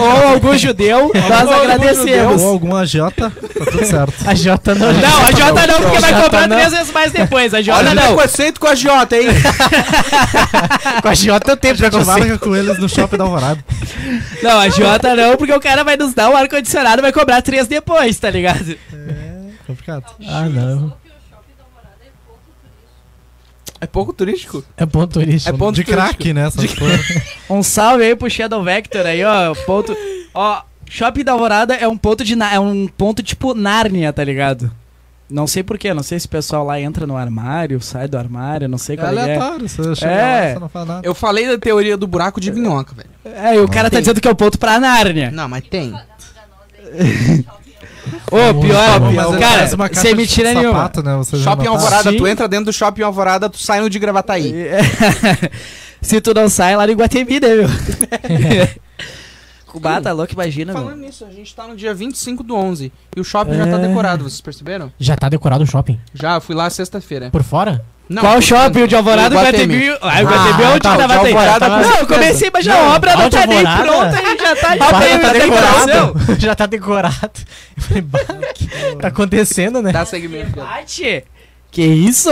A: Ou algum [LAUGHS] judeu, nós agradecemos.
F: Ou alguma agiota, tá tudo certo.
C: [LAUGHS] A Jota um? não.
A: Não, a Jota não, porque vai
C: Jota
A: comprar
C: não.
A: três vezes mais depois. A Jota
D: olha [LAUGHS] o
A: não.
D: preconceito com a Jota, hein?
C: Com a Jota eu tenho preconceito.
F: Marca com eles no shopping da Alvorada.
A: Não, a Jota não, porque o cara vai nos dar um ar-condicionado e vai cobrar três depois, tá ligado?
F: Complicado.
C: Ah, não.
D: [LAUGHS] É pouco turístico?
C: É ponto turístico.
D: É ponto
F: De
D: turístico.
F: craque, né? Essas coisas.
A: Um salve aí pro Shadow Vector aí, ó. Ponto. Ó, Shopping da Alvorada é um ponto de. na- É um ponto tipo Nárnia, tá ligado? Não sei porquê, não sei se o pessoal lá entra no armário, sai do armário, não sei
F: É
A: qual é.
F: aleatório. Você chega
A: É.
F: lá, você não faz nada.
D: Eu falei da teoria do buraco de minhoca, velho.
A: É, e o cara tá dizendo que é um ponto pra Nárnia.
D: Não, mas tem.
A: Ô, pior,
F: Tá Bom, mas
A: pior.
F: ele faz uma
A: Cara,
F: caixa
A: sem
F: de
A: mentira nenhuma.
F: sapato, né? Você já
D: Shopping
F: não tá-
D: Alvorada,
F: Sim.
D: tu entra dentro do Shopping Alvorada, tu sai no de Gravataí.
A: [LAUGHS] Se tu não sai lá no Iguatemi, né, [LAUGHS] meu? Cubá tá louco, imagina, meu.
D: Falando nisso, a gente tá no dia 25 do 11 e o shopping já tá decorado, vocês perceberam?
C: Já tá decorado o shopping.
D: Já, eu fui lá sexta-feira.
C: Por fora?
D: Não,
A: Qual shopping? O de Alvorada
D: O
A: o
D: Iguatemi.
A: Guatemi? Ah, o Guatemi é
C: Ah,
A: onde
C: tá,
A: que
C: o de
A: tava aí?
C: Alvorada com
A: Não, eu
C: certeza.
A: comecei, mas já
C: Não,
A: a obra
C: o
A: não
C: de
A: tá nem
C: Alvorada-
A: pronta e já tá...
C: Ah,
A: Já tem
C: tá
A: decoração.
C: decorado. [LAUGHS] Já tá decorado. Eu falei, bah, que- tá acontecendo, né?
D: Dá segmento.
A: Debate? Que isso?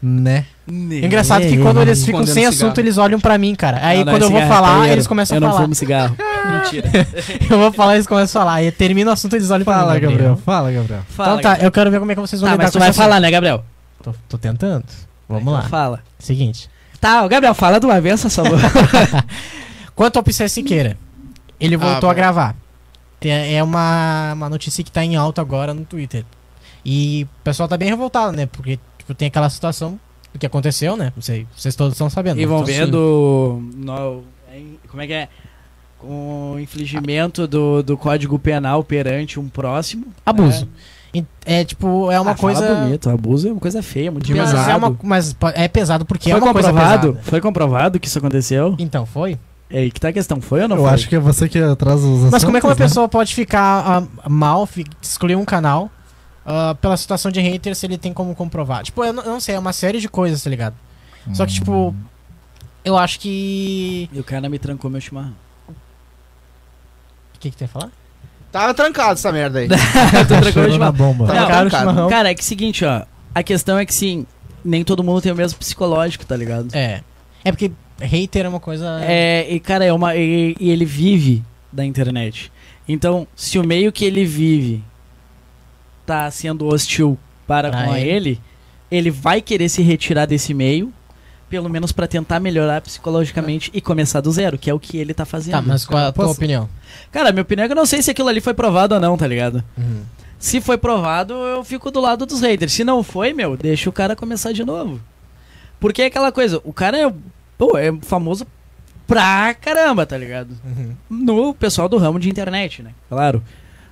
F: Né?
C: é Engraçado que quando eles ficam
D: Escondendo
C: sem
D: cigarro.
C: assunto, eles olham pra mim, cara. Aí
A: Não, não,
C: quando eu
A: é
C: vou
A: cigarro,
C: falar,
A: primeiro.
C: eles começam a
A: Eu não
C: falar. Então
A: fumo cigarro. Mentira.
C: [LAUGHS] Eu vou falar, eles começam a falar. E termina o assunto, eles olham pra
F: Fala,
C: mim. né?
F: Gabriel. Fala, Gabriel.
A: Fala,
C: então tá,
A: Gabriel.
C: eu quero ver como é que vocês vão
A: Tá,
C: lidar
A: mas
C: com
A: tu vai
C: esse
A: falar, né, Gabriel?
C: assunto. Tô, tô tentando. Vamos lá.
A: Então Fala.
C: Seguinte.
A: Tá, o Gabriel, fala de uma vez, por favor.
C: [LAUGHS] Quanto ao Psy Siqueira, ele voltou
D: Ah,
C: a gravar. Tem- É uma, uma notícia que tá em alta agora no Twitter. E o pessoal tá bem revoltado, né? Porque tipo, tem aquela situação do que aconteceu, né? Não sei, vocês todos estão sabendo.
A: E vão
C: Então,
A: vendo. no- em- como é que é? O infligimento do, do Código Penal perante um próximo.
C: Abuso. E- assim, É, tipo, é uma
A: Ah,
C: coisa.
A: Fala bonito, abuso é uma coisa feia, muito
C: Mas
A: pesado.
C: é, uma, mas po- é pesado porque é
A: foi
C: uma coisa
A: comprovado?
C: pesada.
A: Foi comprovado que isso aconteceu?
C: Então, foi?
A: E aí, que tá a questão? Foi ou não
F: Eu
A: foi?
F: acho que é você que traz os assuntos.
C: Mas como é que uma
F: né?
C: pessoa pode ficar ah, mal, fi- excluir um canal ah, pela situação de hater se ele tem como comprovar? Tipo, eu n- eu não sei, é uma série de coisas, tá ligado? Só que, tipo, eu acho que.
A: E o cara me trancou meu [LAUGHS] chimarrão.
C: O que, que tu ia falar?
D: Tava Tá trancado essa merda aí.
A: tu [LAUGHS] trancou meu
F: Cheirou Tá na
A: chimarrão.
F: bomba.
A: Não,
C: Trancaram o
D: cara,
C: chimarrão.
A: Cara, é que é o seguinte, ó. A questão é que sim, nem todo mundo tem o mesmo psicológico, tá ligado?
C: É. É porque hater é uma coisa.
A: É, e cara, é uma. E, e ele vive da internet. Então, se o meio que ele vive tá sendo hostil para
C: Pra
A: com ele, ele vai querer se retirar desse meio, pelo menos pra tentar melhorar psicologicamente e começar do zero, que é o que ele tá fazendo.
C: Tá, mas qual é a tua
F: Posso-
C: opinião?
A: Cara, minha opinião é que eu não sei se aquilo ali foi provado ou não, tá ligado?
C: Uhum.
A: Se foi provado, eu fico do lado dos haters. Se não foi, meu, deixa o cara começar de novo. Porque é aquela coisa, o cara é, pô, é famoso pra caramba, tá ligado?
C: Uhum.
A: No pessoal do ramo de internet, né? Claro.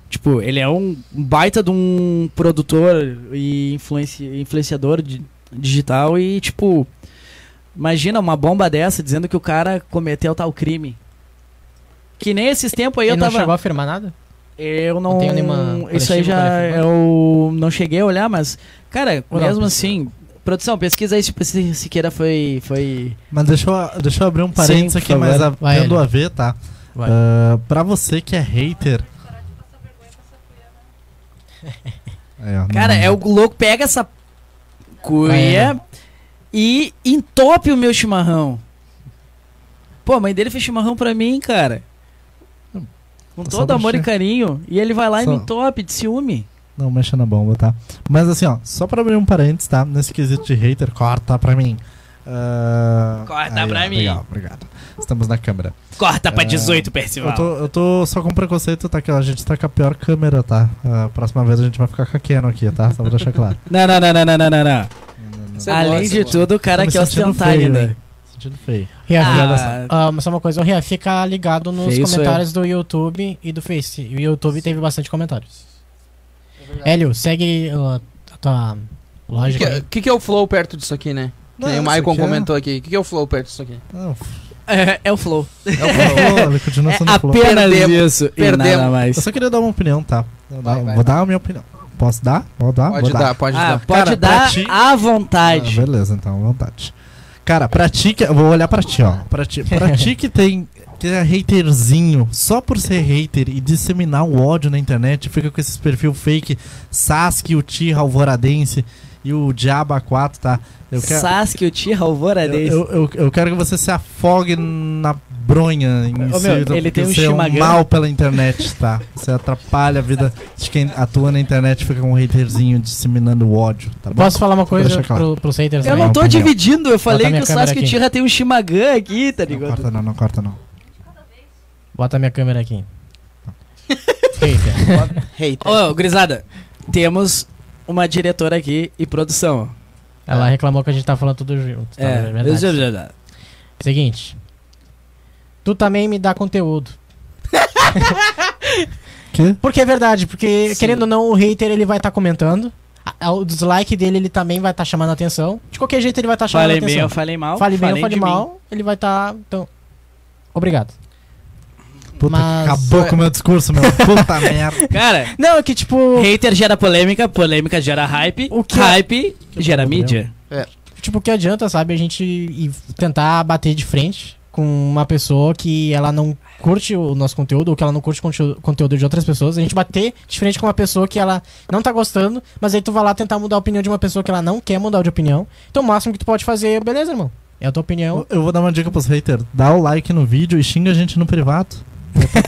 A: Tipo, ele é um baita de um produtor e influenci- influenciador de- digital e, tipo, imagina uma bomba dessa dizendo que o cara cometeu tal crime. Que nem esses tempos aí
C: Ele
A: eu
C: não
A: tava.
C: chegou a afirmar nada?
A: Eu não.
C: Não tenho nenhuma
A: Isso aí
C: coletiva pra
A: já.
C: afirmar.
A: Eu não cheguei a olhar, mas. Cara,
C: Não,
A: mesmo
C: precisa.
A: assim. Produção, pesquisa aí se se Siqueira foi. foi...
F: Mas deixa eu, deixa eu abrir um parênteses
A: Sim, por
F: aqui, mas a,
A: favor.
C: Vai,
F: tendo
C: Eli.
F: a ver, tá?
C: Vai.
F: Ah, pra você que é hater. Aí, ó,
A: Cara,
F: não-
A: é o louco, pega essa
C: Ah, é.
A: cuia e entope o meu chimarrão. Pô, a mãe dele fez chimarrão pra mim, cara.
C: Hum,
A: Com
C: tá
F: Só
A: todo
F: pra
A: amor e
F: encher.
A: carinho. E ele vai lá e
F: Só-
A: me entope de ciúme.
F: Não mexa na bomba, tá? Mas assim, ó, só pra abrir um parênteses, tá? Nesse quesito de hater, corta pra mim. Ah,
A: Corta pra mim.
F: Legal, obrigado. Estamos na câmera.
A: Corta pra
C: Ah.
F: É,
A: 18,
F: Eu
A: Percival.
F: tô, eu tô só com preconceito, tá? Que a gente tá com a pior câmera, tá? A próxima vez a gente vai ficar com a Canon aqui, tá? Só pra deixar claro.
A: Não, não, não, não, não, não, não, não.
D: Isso é
A: Além
D: boa, isso é
A: de
D: boa.
A: tudo, o cara
F: Tô me
A: quer
F: sentindo
A: ostentar
F: feio,
C: né?
A: ainda.
F: hein? Sentindo feio.
C: Rian,
A: Ah,
C: ah, mas só uma coisa, o Rian, fica ligado nos
A: Feio sou
C: comentários do YouTube e do Face. E o YouTube teve bastante comentários. Hélio, segue ah, a tua
D: O que,
C: lógica. aí.
D: que- que que é o flow perto disso aqui, né? Que nem o
F: Não,
D: Maicon
F: isso aqui é-
D: comentou aqui. O que, que é o flow perto disso aqui?
F: Não,
A: É, é o flow.
F: É o Flow, ele continua sendo
A: [LAUGHS] é
F: o Flow.
A: apenas
D: Perdemos,
A: isso e nada
D: perdemos.
F: Eu
A: mais.
F: só queria dar uma opinião, tá? Eu
D: Vai,
F: dar-
D: vai,
F: vou dar a minha opinião. Posso dar? Vou dar?
D: Pode
F: vou
D: dar, pode
A: Ah,
D: dar.
A: pode
F: Cara,
A: dar
F: pra ti-
A: à
F: Ah,
A: vontade.
F: beleza, então, à vontade. Cara, pra ti que. Eu vou olhar pra ti, ó. Pra ti, pra ti que tem. Que é haterzinho, só por ser hater e disseminar o ódio na internet, fica com esses perfil fake, Sasuke, o Tira Alvoradense e o Diaba 4, tá? Eu quero.
A: Sasuke, o Tira, Alvoradense.
F: Eu, eu, eu quero que você se afogue na bronha em
A: Ô,
F: si,
A: meu,
F: tá?
A: ele
F: Porque
A: tem um
F: você é
A: Shimagan.
F: mal pela internet, tá? Você atrapalha a vida de quem atua na internet fica com um haterzinho disseminando o ódio, tá bom?
C: Posso falar uma coisa
F: Deixa claro.
C: pro, pros haters?
A: Eu
C: também?
A: não tô
F: opinião.
A: dividindo, eu falei que
C: minha
A: o Sasuke
C: câmera
A: e o
C: aqui.
A: Tira tem um Shimagan aqui, tá
F: Não
A: ligado?
F: corta não, não corta não.
C: Bota a minha câmera aqui. Hater.
A: Ô, Grisada, temos uma diretora aqui e produção.
C: Ela reclamou que a gente tá falando tudo junto. tá?
A: é,
C: verdade.
A: verdade.
C: Seguinte. Tu também me
A: [LAUGHS]
C: dá conteúdo.
F: Quê?
C: Porque é verdade, porque querendo ou não, o hater ele vai estar comentando. A- a- O dislike dele ele também vai estar chamando a atenção. De qualquer jeito ele vai estar chamando
A: Falei
C: a
A: bem,
C: atenção.
A: eu falei mal.
C: fale bem ou
A: de
C: fale
A: mim.
C: mal, ele vai estar. Então. Obrigado.
F: Puta,
C: Mas- é-
F: acabou com o meu
C: [LAUGHS]
F: discurso, meu. Puta merda.
A: Cara,
C: Não, é que tipo.
A: hater gera polêmica, polêmica gera hype,
C: O que é-
A: hype gera
F: problema.
A: mídia.
C: Tipo, que adianta, sabe, a gente ir tentar bater de frente com uma pessoa que ela não curte o nosso conteúdo ou que ela não curte o conteúdo- conteúdo de outras pessoas. A gente bater de frente com uma pessoa que ela não tá gostando, mas aí tu vai lá tentar mudar a opinião de uma pessoa que ela não quer mudar de opinião. Então o máximo que tu pode fazer é, beleza, irmão. É a tua opinião.
F: Eu, eu vou dar uma dica pros haters. Dá o like no vídeo e xinga a gente no privado. Pode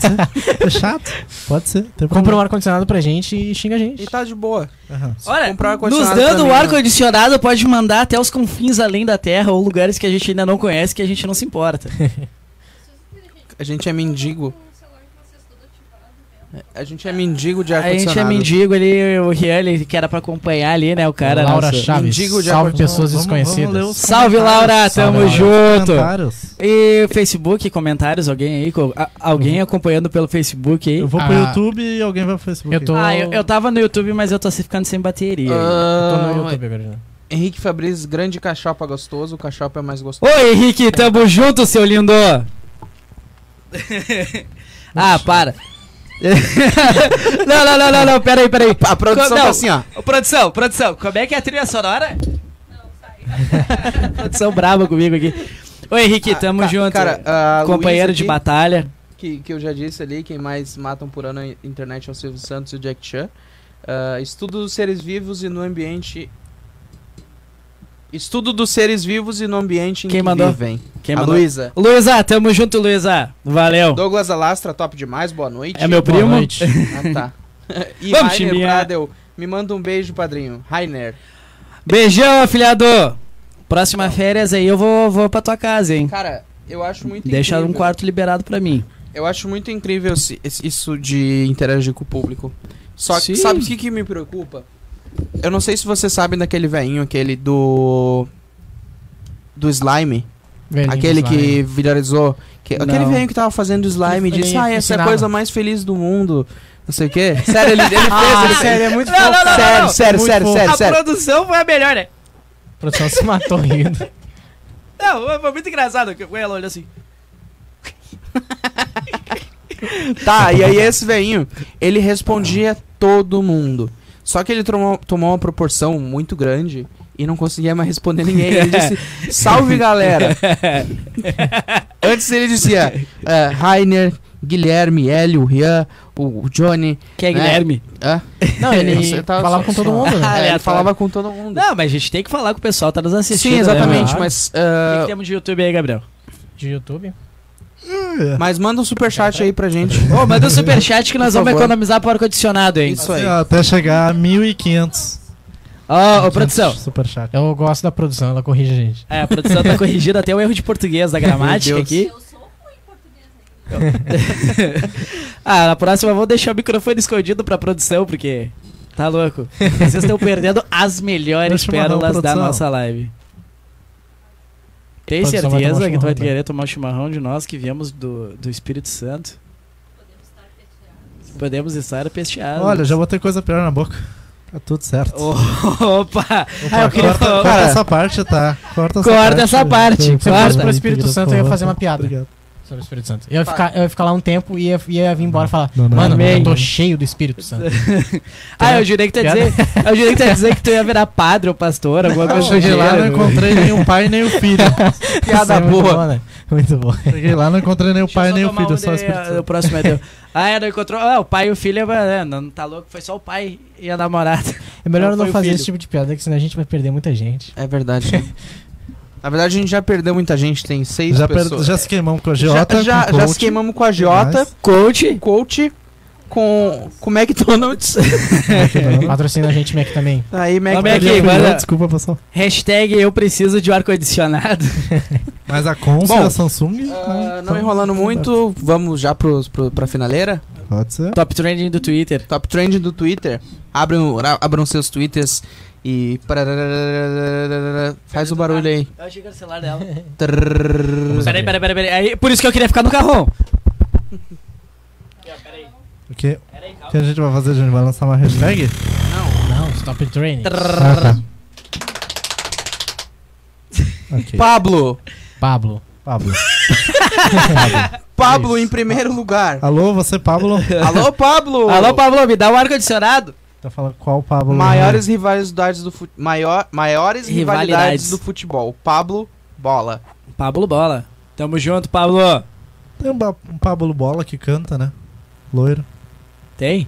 C: [LAUGHS]
F: ser. É chato. Pode ser.
C: Compra
F: Tem
C: um
F: problema.
C: ar-condicionado pra gente e xinga a gente.
D: E tá de boa.
F: Aham.
D: Se
A: Olha,
D: comprar um
A: nos
D: ar-condicionado
A: dando o
D: também, né?
A: ar-condicionado, pode mandar até os confins além da terra ou lugares que a gente ainda não conhece que a gente não se importa.
D: A gente é mendigo. A gente é mendigo de
A: A gente é
D: ar-condicionado.
A: mendigo ali, o Rian, ele que era pra acompanhar ali, né? O cara.
C: Laura
A: nosso-
C: Chaves,
D: Mendigo de
C: salve
D: ar-condicionado.
C: pessoas
F: Vamos- vamos
C: desconhecidas.
F: ler os
A: Salve,
F: comentários.
A: Laura, tamo
F: Laura.
A: junto.
F: Comentários.
A: E Facebook, comentários, alguém aí? co- a-
C: Uhum.
A: alguém acompanhando pelo Facebook aí?
F: Eu vou pro
C: Ah.
F: YouTube e alguém vai pro Facebook.
C: Eu tô.
A: Ah, eu, eu tava no YouTube, mas eu tô se ficando sem bateria.
C: tô
D: Ah,
C: no YouTube agora. né?
D: Henrique Fabrício, grande cachapa gostoso. O cachapa é mais gostoso.
A: Oi, Henrique, tamo junto, seu
D: [LAUGHS]
A: lindo! ah, para. [LAUGHS] não, não, não, não, não, peraí, peraí.
D: A produção
A: Não,
D: tá assim, ó.
A: Ô, Produção, produção, como é que é a trilha sonora? [LAUGHS] produção braba comigo aqui. Oi, Henrique, tamo
D: Ah, Ca-
A: junto.
D: Cara, a
A: ah, Companheiro
D: Luísa
A: de
D: Ah, aqui,
A: batalha.
D: Que, que eu já disse ali, quem mais matam por ano na internet é o Silvio Santos e o Jack Chan. Ah, estudo dos seres vivos e no ambiente... Estudo dos seres vivos e no ambiente em
A: Quem
D: que
A: mandou?
D: vivem.
A: Quem
D: a
A: mandou?
D: Luísa.
A: Luísa, tamo junto, Luísa.
D: [LAUGHS]
A: Valeu.
D: Douglas Alastra, top demais, boa noite.
A: É meu
C: Boa
D: [LAUGHS]
A: primo.
C: noite.
D: Ah, tá. e
A: [LAUGHS] Vamos,
D: Rainer
A: timinha.
D: Bradel, Me manda um beijo, padrinho. Rainer.
A: Beijão, afilhado! Próxima férias aí eu vou, vou pra tua casa, hein?
D: Cara, eu acho muito
A: Deixa um
D: incrível.
A: quarto liberado pra mim.
D: Eu acho muito incrível se- esse- isso de interagir com o público. Só
A: Sim.
D: que sabe o que, que me preocupa? Eu não sei se você sabe daquele velhinho, aquele do. Do slime.
C: Velhinho
D: aquele
C: slime.
D: que viralizou. que- aquele
A: Não.
D: velhinho que tava fazendo slime e
C: Ele
D: disse, ah, essa é a
C: ensinava.
D: coisa mais feliz do mundo. Não sei o quê. Ah, Sério, ele, ele fez, ele fez.
C: sério, é muito
A: Não, não, não, não,
D: sério,
A: não. Ah,
D: sério,
C: Muito
D: sério,
C: bom.
D: sério,
A: a
D: sério.
A: produção foi a melhor, né?
C: O produção se
D: [LAUGHS]
C: matou rindo.
A: Não, foi muito engraçado. que Ela olhou assim.
D: Tá, e aí esse veinho, ele respondia todo mundo. Só que ele tomou, tomou uma proporção muito grande e não conseguia mais responder ninguém. Ele disse,
A: [LAUGHS]
D: salve galera! Antes ele dizia, eh, Rainer, Guilherme, Hélio, Rian, o o Johnny.
A: Que é
D: Né?
A: Guilherme.
D: ah,
C: Não,
D: Você
C: ele
D: tá
C: falava
D: só-
C: com todo
D: só-
C: mundo. né?
A: Ah,
D: ele
A: aleatório.
D: falava com todo mundo.
A: Não, mas a gente tem que falar que o pessoal tá nos assistindo.
D: Sim, exatamente,
A: Né, mano?
D: mas.
A: O que que
D: eh,
A: temos de YouTube aí, Gabriel?
C: De YouTube.
D: mas manda um superchat aí pra gente.
A: Ô, manda um superchat que nós
D: Por
A: vamos
D: favor.
A: economizar pro ar-condicionado, hein?
D: Isso aí.
F: Assim, ó, até chegar a 1.500.
A: Ó, ô, produção.
F: Superchat.
C: Eu gosto da produção, ela corrige a gente.
A: É, a produção tá corrigindo até o erro de português da gramática
D: Meu
A: aqui. [LAUGHS]
H: Eu sou ruim em português. né?
A: Ah, na próxima eu vou deixar o microfone escondido pra produção, porque. Tá louco. Vocês estão perdendo as melhores
F: Deixa o marrom,
A: pérolas da
F: produção.
A: nossa live. Tem
C: Produção, vai tomar
A: certeza que tu vai
C: chimarrão, tá?
A: querer tomar né? o chimarrão de nós que viemos do, do Espírito Santo? Podemos estar pesteados.
F: Olha, já botei coisa pior na boca. Tá tudo certo.
A: [LAUGHS] Opa! Ah, eu queria...
F: corta, corta
A: Cara,
F: essa parte, tá? Corta essa
A: Corta
F: parte.
A: essa parte, corta.
C: Se
F: Eu-
C: eu fosse
A: Guarda.
C: pro Espírito Santo, eu ia fazer uma piada
F: Obrigado.
C: sobre o Espírito Santo. Eu ia ficar, eu ia ficar lá um tempo e ia, ia vir embora e falar:
F: Não, não,
C: Mano,
A: Amém.
C: eu tô cheio do Espírito Santo.
A: ah, eu jurei que tu ia dizer. Eu jurei que tu ia dizer que tu ia virar padre ou pastor, alguma
F: Eu
A: coisa do
F: cheguei lá, não
A: gênero.
F: encontrei nem o pai nem o filho.
C: [LAUGHS] Isso é muito bom, né? Muito bom.
F: Cheguei lá, não encontrei nem o
A: Deixa eu
F: pai
A: só
F: nem o
A: tomar
F: filho,
A: um
F: só o
A: de-
F: Espírito
A: O
F: Santo.
A: próximo é teu. [LAUGHS] Ah, ela encontrou. Ah, o pai e o filho. é- é, Não, tá louco, foi só o pai e a namorada.
C: É melhor
A: Não
C: eu não
A: foi o
C: fazer
A: filho.
C: esse tipo de piada, que senão a gente vai perder muita
D: [LAUGHS]
C: gente.
D: É verdade. né? Na verdade, a gente já perdeu muita gente, tem seis
F: Já, per-
D: pessoas.
F: já se queimamos com a Giota.
D: já,
F: com
D: já,
F: o
D: já
F: coach.
D: se queimamos com a Giota,
A: Coach.
D: coach, com, com McDonald's.
C: Patrocina a gente, Mac, também.
D: Aí, Mac,
A: Ô, Mac,
F: Queria
A: manda-
F: filhote, é Desculpa, pessoal.
A: Hashtag eu preciso de um
F: [LAUGHS]
A: ar-condicionado.
F: Mas a Consul
D: Bom,
F: a Samsung.
D: Ah, não enrolando muito, vamos já pros, pro, pra finaleira.
F: Pode ser.
A: Top trending do Twitter.
D: Top trend do Twitter. Abram, ra- abram seus twitters e. Faz o barulho aí.
A: Eu achei que era o celular [LAUGHS] dela.
D: Trrr.
F: é.
A: Peraí, peraí, peraí. peraí. Aí, por isso que eu queria ficar no carrão.
F: O que, o que a gente vai fazer? A gente vai lançar uma hashtag?
C: Não, stop training.
F: Ah, tá. Ok.
D: Pablo!
C: Pablo.
F: Pablo.
D: Pablo em primeiro lugar.
F: Alô, você, Pablo?
D: Alô, Pablo!
A: Alô, Pablo, me dá um ar-condicionado.
F: Tá falando qual Pablo?
D: Maiores rivalidades do fut... maior maiores rivalidades.
A: Rivalidades.
D: do futebol. Pablo Bola.
A: Pablo Bola. Tamo junto, Pablo.
F: Tem um, ba- um Pablo Bola que canta, né? Loiro.
A: Tem?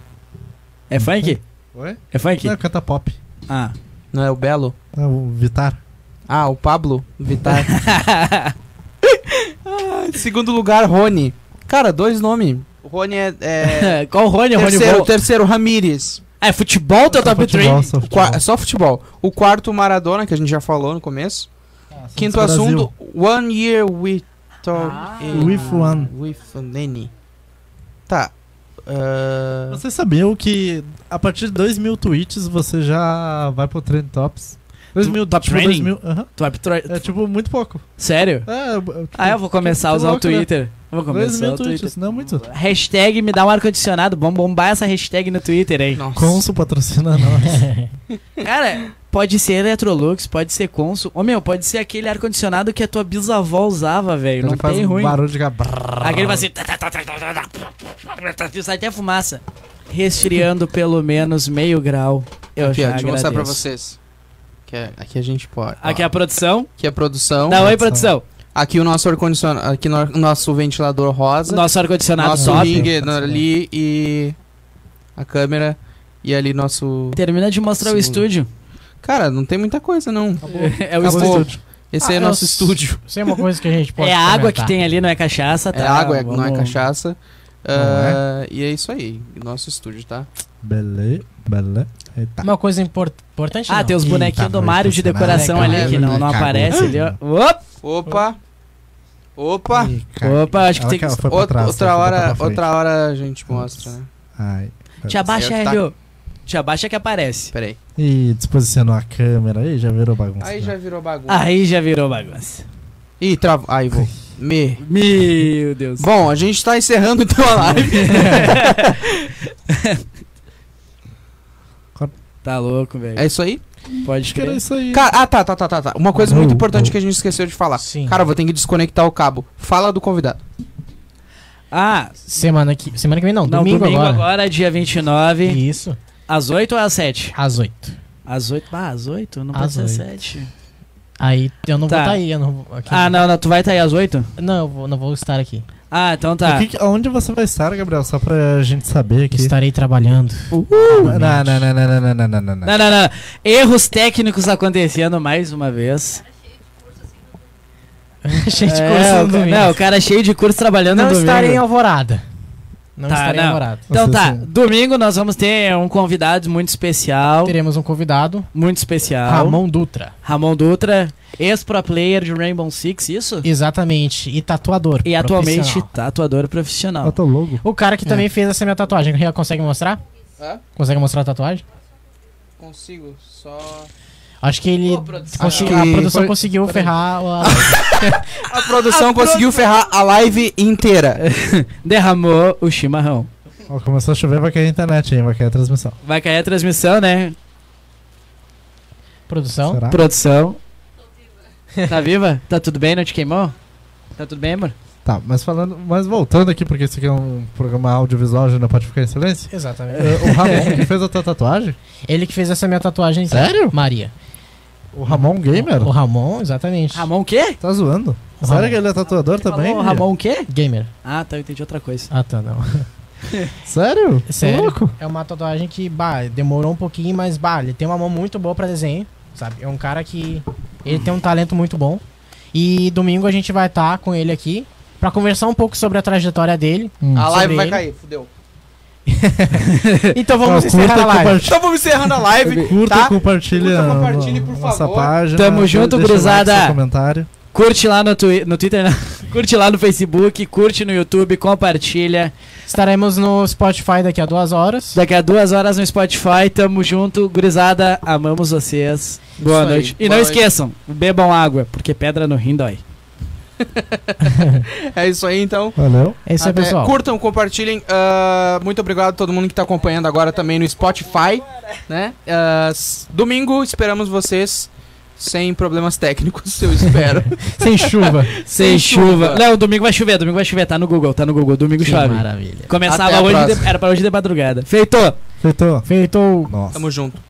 A: É funk?
F: Oi?
A: É funk?
F: Não, canta pop.
A: Ah.
D: Não é o Belo?
F: É o Vitar.
D: Ah, o Pablo Vittar.
A: [LAUGHS]
D: Ah, [LAUGHS] Segundo lugar, Rony. Cara, dois nomes. O Rony é. [LAUGHS] é-
A: [LAUGHS] Qual o Rony? Rony
D: terceiro,
A: Bol-
D: terceiro, Ramírez.
A: Ah, é futebol teu
F: Só
A: top
F: futebol,
A: trending?
F: só
D: O qua-
F: futebol.
D: é só futebol. O quarto, Maradona, que a gente já falou no começo. Quinto
F: Brasil.
D: assunto, One Year with Tor-
A: Ah.
D: eh,
F: With One.
D: With Nene. Tá. ah,
F: Vocês sabiam que a partir de 2 mil tweets você já vai pro Trend Tops? 2 mil
A: Top
F: tipo,
A: tá trending?
F: 2000, aham.
A: Top tre-
F: É tipo muito pouco.
A: Sério?
F: É, tipo,
A: Ah, eu vou começar a
F: que
A: usar o
F: louco, né?
A: Twitter. Vou
F: 2
A: começar
F: mil
A: o Twitter.
F: tweets, não é muito.
A: Hashtag me dá um ar-condicionado. Vamos bombar essa hashtag no Twitter, hein?
D: nossa.
F: Consul
A: [LAUGHS]
F: patrocina nós.
A: Cara, pode ser Electrolux, pode ser Consul. Ô, meu, pode ser aquele ar-condicionado que a tua bisavó usava, velho. Não
F: Ele faz
A: tem
F: um
A: ruim.
F: barulho de gabrrr.
A: Aquele vai assim... tá, tá, tá, tá, tá, tá, tá, tá, tá, Sai até fumaça. Resfriando pelo menos meio grau. Eu
D: Aqui,
A: já
D: ó, deixa eu mostrar pra
A: agradeço.
D: vocês. Que é- aqui a gente pode. ó.
A: Aqui é a é- produção.
D: Aqui é a produção.
A: Dá oi, produção.
D: Aqui o nosso ar-condicionado. Aqui no, nosso ventilador rosa.
A: Nosso ar-condicionado
D: nosso
A: top.
D: ring ali e. A câmera. E ali nosso.
A: Termina de mostrar o
D: Segundo.
A: estúdio.
D: Cara, não tem muita coisa, não.
A: É o
D: Acabou.
A: estúdio.
D: Esse aí é
C: Ah,
D: nosso
C: eu-
D: estúdio.
C: [LAUGHS] Isso é uma coisa que a gente pode
A: É a água
C: comentar.
A: que tem ali, não é cachaça, tá?
D: é água, é- não é
A: Vamos-
D: cachaça. Ah, E é isso aí, nosso estúdio, tá?
F: Belê, belê. Eita.
C: Tá. Uma coisa import- importante.
A: Ah,
C: não.
A: tem os bonequinhos
F: Eita,
A: do Mario de
F: vai
A: decoração
D: funcionar,
A: ali que
D: é
A: não, não
F: verdade.
A: aparece ali, ó. Opa!
D: Opa! Opa!
F: Ih, cara.
A: Opa, acho que
F: Ela
A: tem que.
F: ela foi pra
D: Outra,
F: trás,
D: outra
F: ela foi
D: hora,
F: pra frente.
D: outra hora a gente mostra, né?
F: Ai.
A: Te abaixa,
D: Eu que tá-
A: Hélio. Te abaixa que aparece.
D: Peraí.
F: Ih, desposicionou a câmera. Aí já virou bagunça.
D: Aí já virou bagulho.
A: Aí já virou bagunça.
D: Ih, travou. Aí vou. Me.
A: Meu Deus.
D: Bom, a gente tá encerrando então a live.
A: [LAUGHS] Tá louco,
D: É
A: velho.
D: isso aí?
A: Pode
F: Que era
A: crer.
F: isso aí.
D: Cara, ah, tá, tá, tá, tá, tá. Uma coisa muito
F: Não,
D: importante
F: não.
D: que a gente esqueceu de falar.
C: Sim.
D: Cara, eu vou ter que desconectar o cabo. Fala do convidado.
A: Ah,
C: Semana que, semana que vem não,
A: não,
C: domingo,
A: domingo, agora.
C: agora.
A: dia 29,
C: Isso,
A: às 8 ou às 7?
C: às 8.
A: Às 8? Ah, às 8? Não
C: Às
A: pode ser
C: oito.
A: 7.
C: Aí eu não
A: Tá.
C: vou estar aí, eu não vou. Aqui.
A: Ah, não, não, tu vai estar aí às 8?
C: Não, eu vou, não vou estar aqui.
A: Ah, então tá.
F: O que que- Onde você vai estar, Gabriel? Só pra gente saber aqui.
A: [LAUGHS]
C: Estarei trabalhando.
F: Não, não, não, não, não, não, não, não, não.
A: Não, não, não. Erros técnicos acontecendo mais uma vez.
C: Cheio de
A: É,
C: coisa
A: o
C: no
A: ca-
C: domingo.
A: Não, o cara é cheio de curso trabalhando
C: Não
A: no domingo.
C: estarei em Alvorada. Não
A: Tá,
C: estarei em
A: não.
C: Alvorada.
A: Então
F: Vocês
A: tá,
F: são-
A: domingo nós vamos ter um convidado muito especial,
C: Teremos um convidado,
A: muito especial.
C: Ramon Dutra.
A: Ramon Dutra, ex-pro player de Rainbow Six, isso?
C: Exatamente, e tatuador.
A: E atualmente
C: profissional.
A: tatuador profissional.
F: Eu tô louco.
C: O cara que também fez essa minha tatuagem. Rian, Consegue mostrar?
D: Hã?
C: Consegue mostrar a tatuagem?
D: Consigo, só.
C: Acho que ele.
D: Ô, produção.
C: conseguiu-
D: Acho que
C: a produção
D: foi-
C: conseguiu ferrar a.
D: A produção conseguiu ferrar a live inteira.
A: Derramou o chimarrão.
F: Ó, começou a chover, vai cair a internet, hein? Vai cair a transmissão.
A: Vai cair a transmissão, né?
C: Tá. Produção?
F: Será?
A: Produção. Tá [LAUGHS] viva? Tá tudo bem? Não te queimou? Tá tudo bem, amor?
F: Tá, mas falando, mas voltando aqui, porque isso aqui é um programa audiovisual, a gente não pode ficar em
C: [LAUGHS]
F: silêncio.
C: Exatamente.
F: É, o Ramon que fez a tua tatuagem?
C: Ele que fez essa minha tatuagem. Sério? Maria.
F: O Ramon Gamer?
C: O Ramon, exatamente.
A: Ramon o quê?
F: Tá zoando?
C: O
F: Sério
C: Ramon.
F: que ele é tatuador também?
A: Falou
F: Bia?
A: Ramon o quê?
C: Gamer.
A: Ah, tá, eu entendi outra coisa.
C: Ah, tá, não.
F: Sério? Tá
C: Sério?
F: louco?
C: É uma tatuagem que, bah, demorou um pouquinho, mas, bah, ele tem uma mão muito boa pra desenho, sabe? É um cara que. Ele tem um talento muito bom. E domingo a gente vai estar com ele aqui pra conversar um pouco sobre a trajetória dele.
D: A live
C: Sobre
D: vai
C: ele.
D: cair, fudeu.
C: Então
F: Ó,
C: vamos
F: curta
C: encerrar a
F: e
C: live.
F: compartilha-
D: Então vamos encerrando a live.
F: Curta,
D: tá?
F: compartilha,
D: Curta, compartilha, por
F: nossa
D: favor.
F: página.
A: Tamo junto,
F: deixa o like,
A: gurizada.
F: seu comentário.
A: Curte lá no, twi no Twitter, não. [LAUGHS] curte lá no Facebook, curte no YouTube, compartilha.
C: Estaremos no Spotify daqui a duas horas.
A: Daqui a duas horas no Spotify, tamo junto. Gurizada, amamos vocês. Boa
D: Isso aí,
A: noite. E
D: boa
A: não
D: noite.
A: esqueçam, bebam água, porque pedra no rim dói.
D: É isso aí então.
F: Valeu.
C: É isso aí,
D: Até-
C: pessoal.
D: Curtam, compartilhem. ah, muito obrigado a todo mundo que tá acompanhando agora também no Spotify. Né? Ah, s- domingo esperamos vocês sem problemas técnicos,
C: [LAUGHS]
D: eu espero.
F: [LAUGHS]
C: Sem chuva.
A: Sem
D: Sem
A: chuva.
D: chuva.
A: Não, domingo vai chover, domingo vai chover. Tá no Google, tá no Google. Domingo
C: Que
A: chove.
C: maravilha.
A: Começava
D: Até a
A: hoje, de-
D: próxima.
A: era pra hoje de madrugada. Feito!
F: Feito.
C: Feito.
F: Nossa.
D: Tamo junto.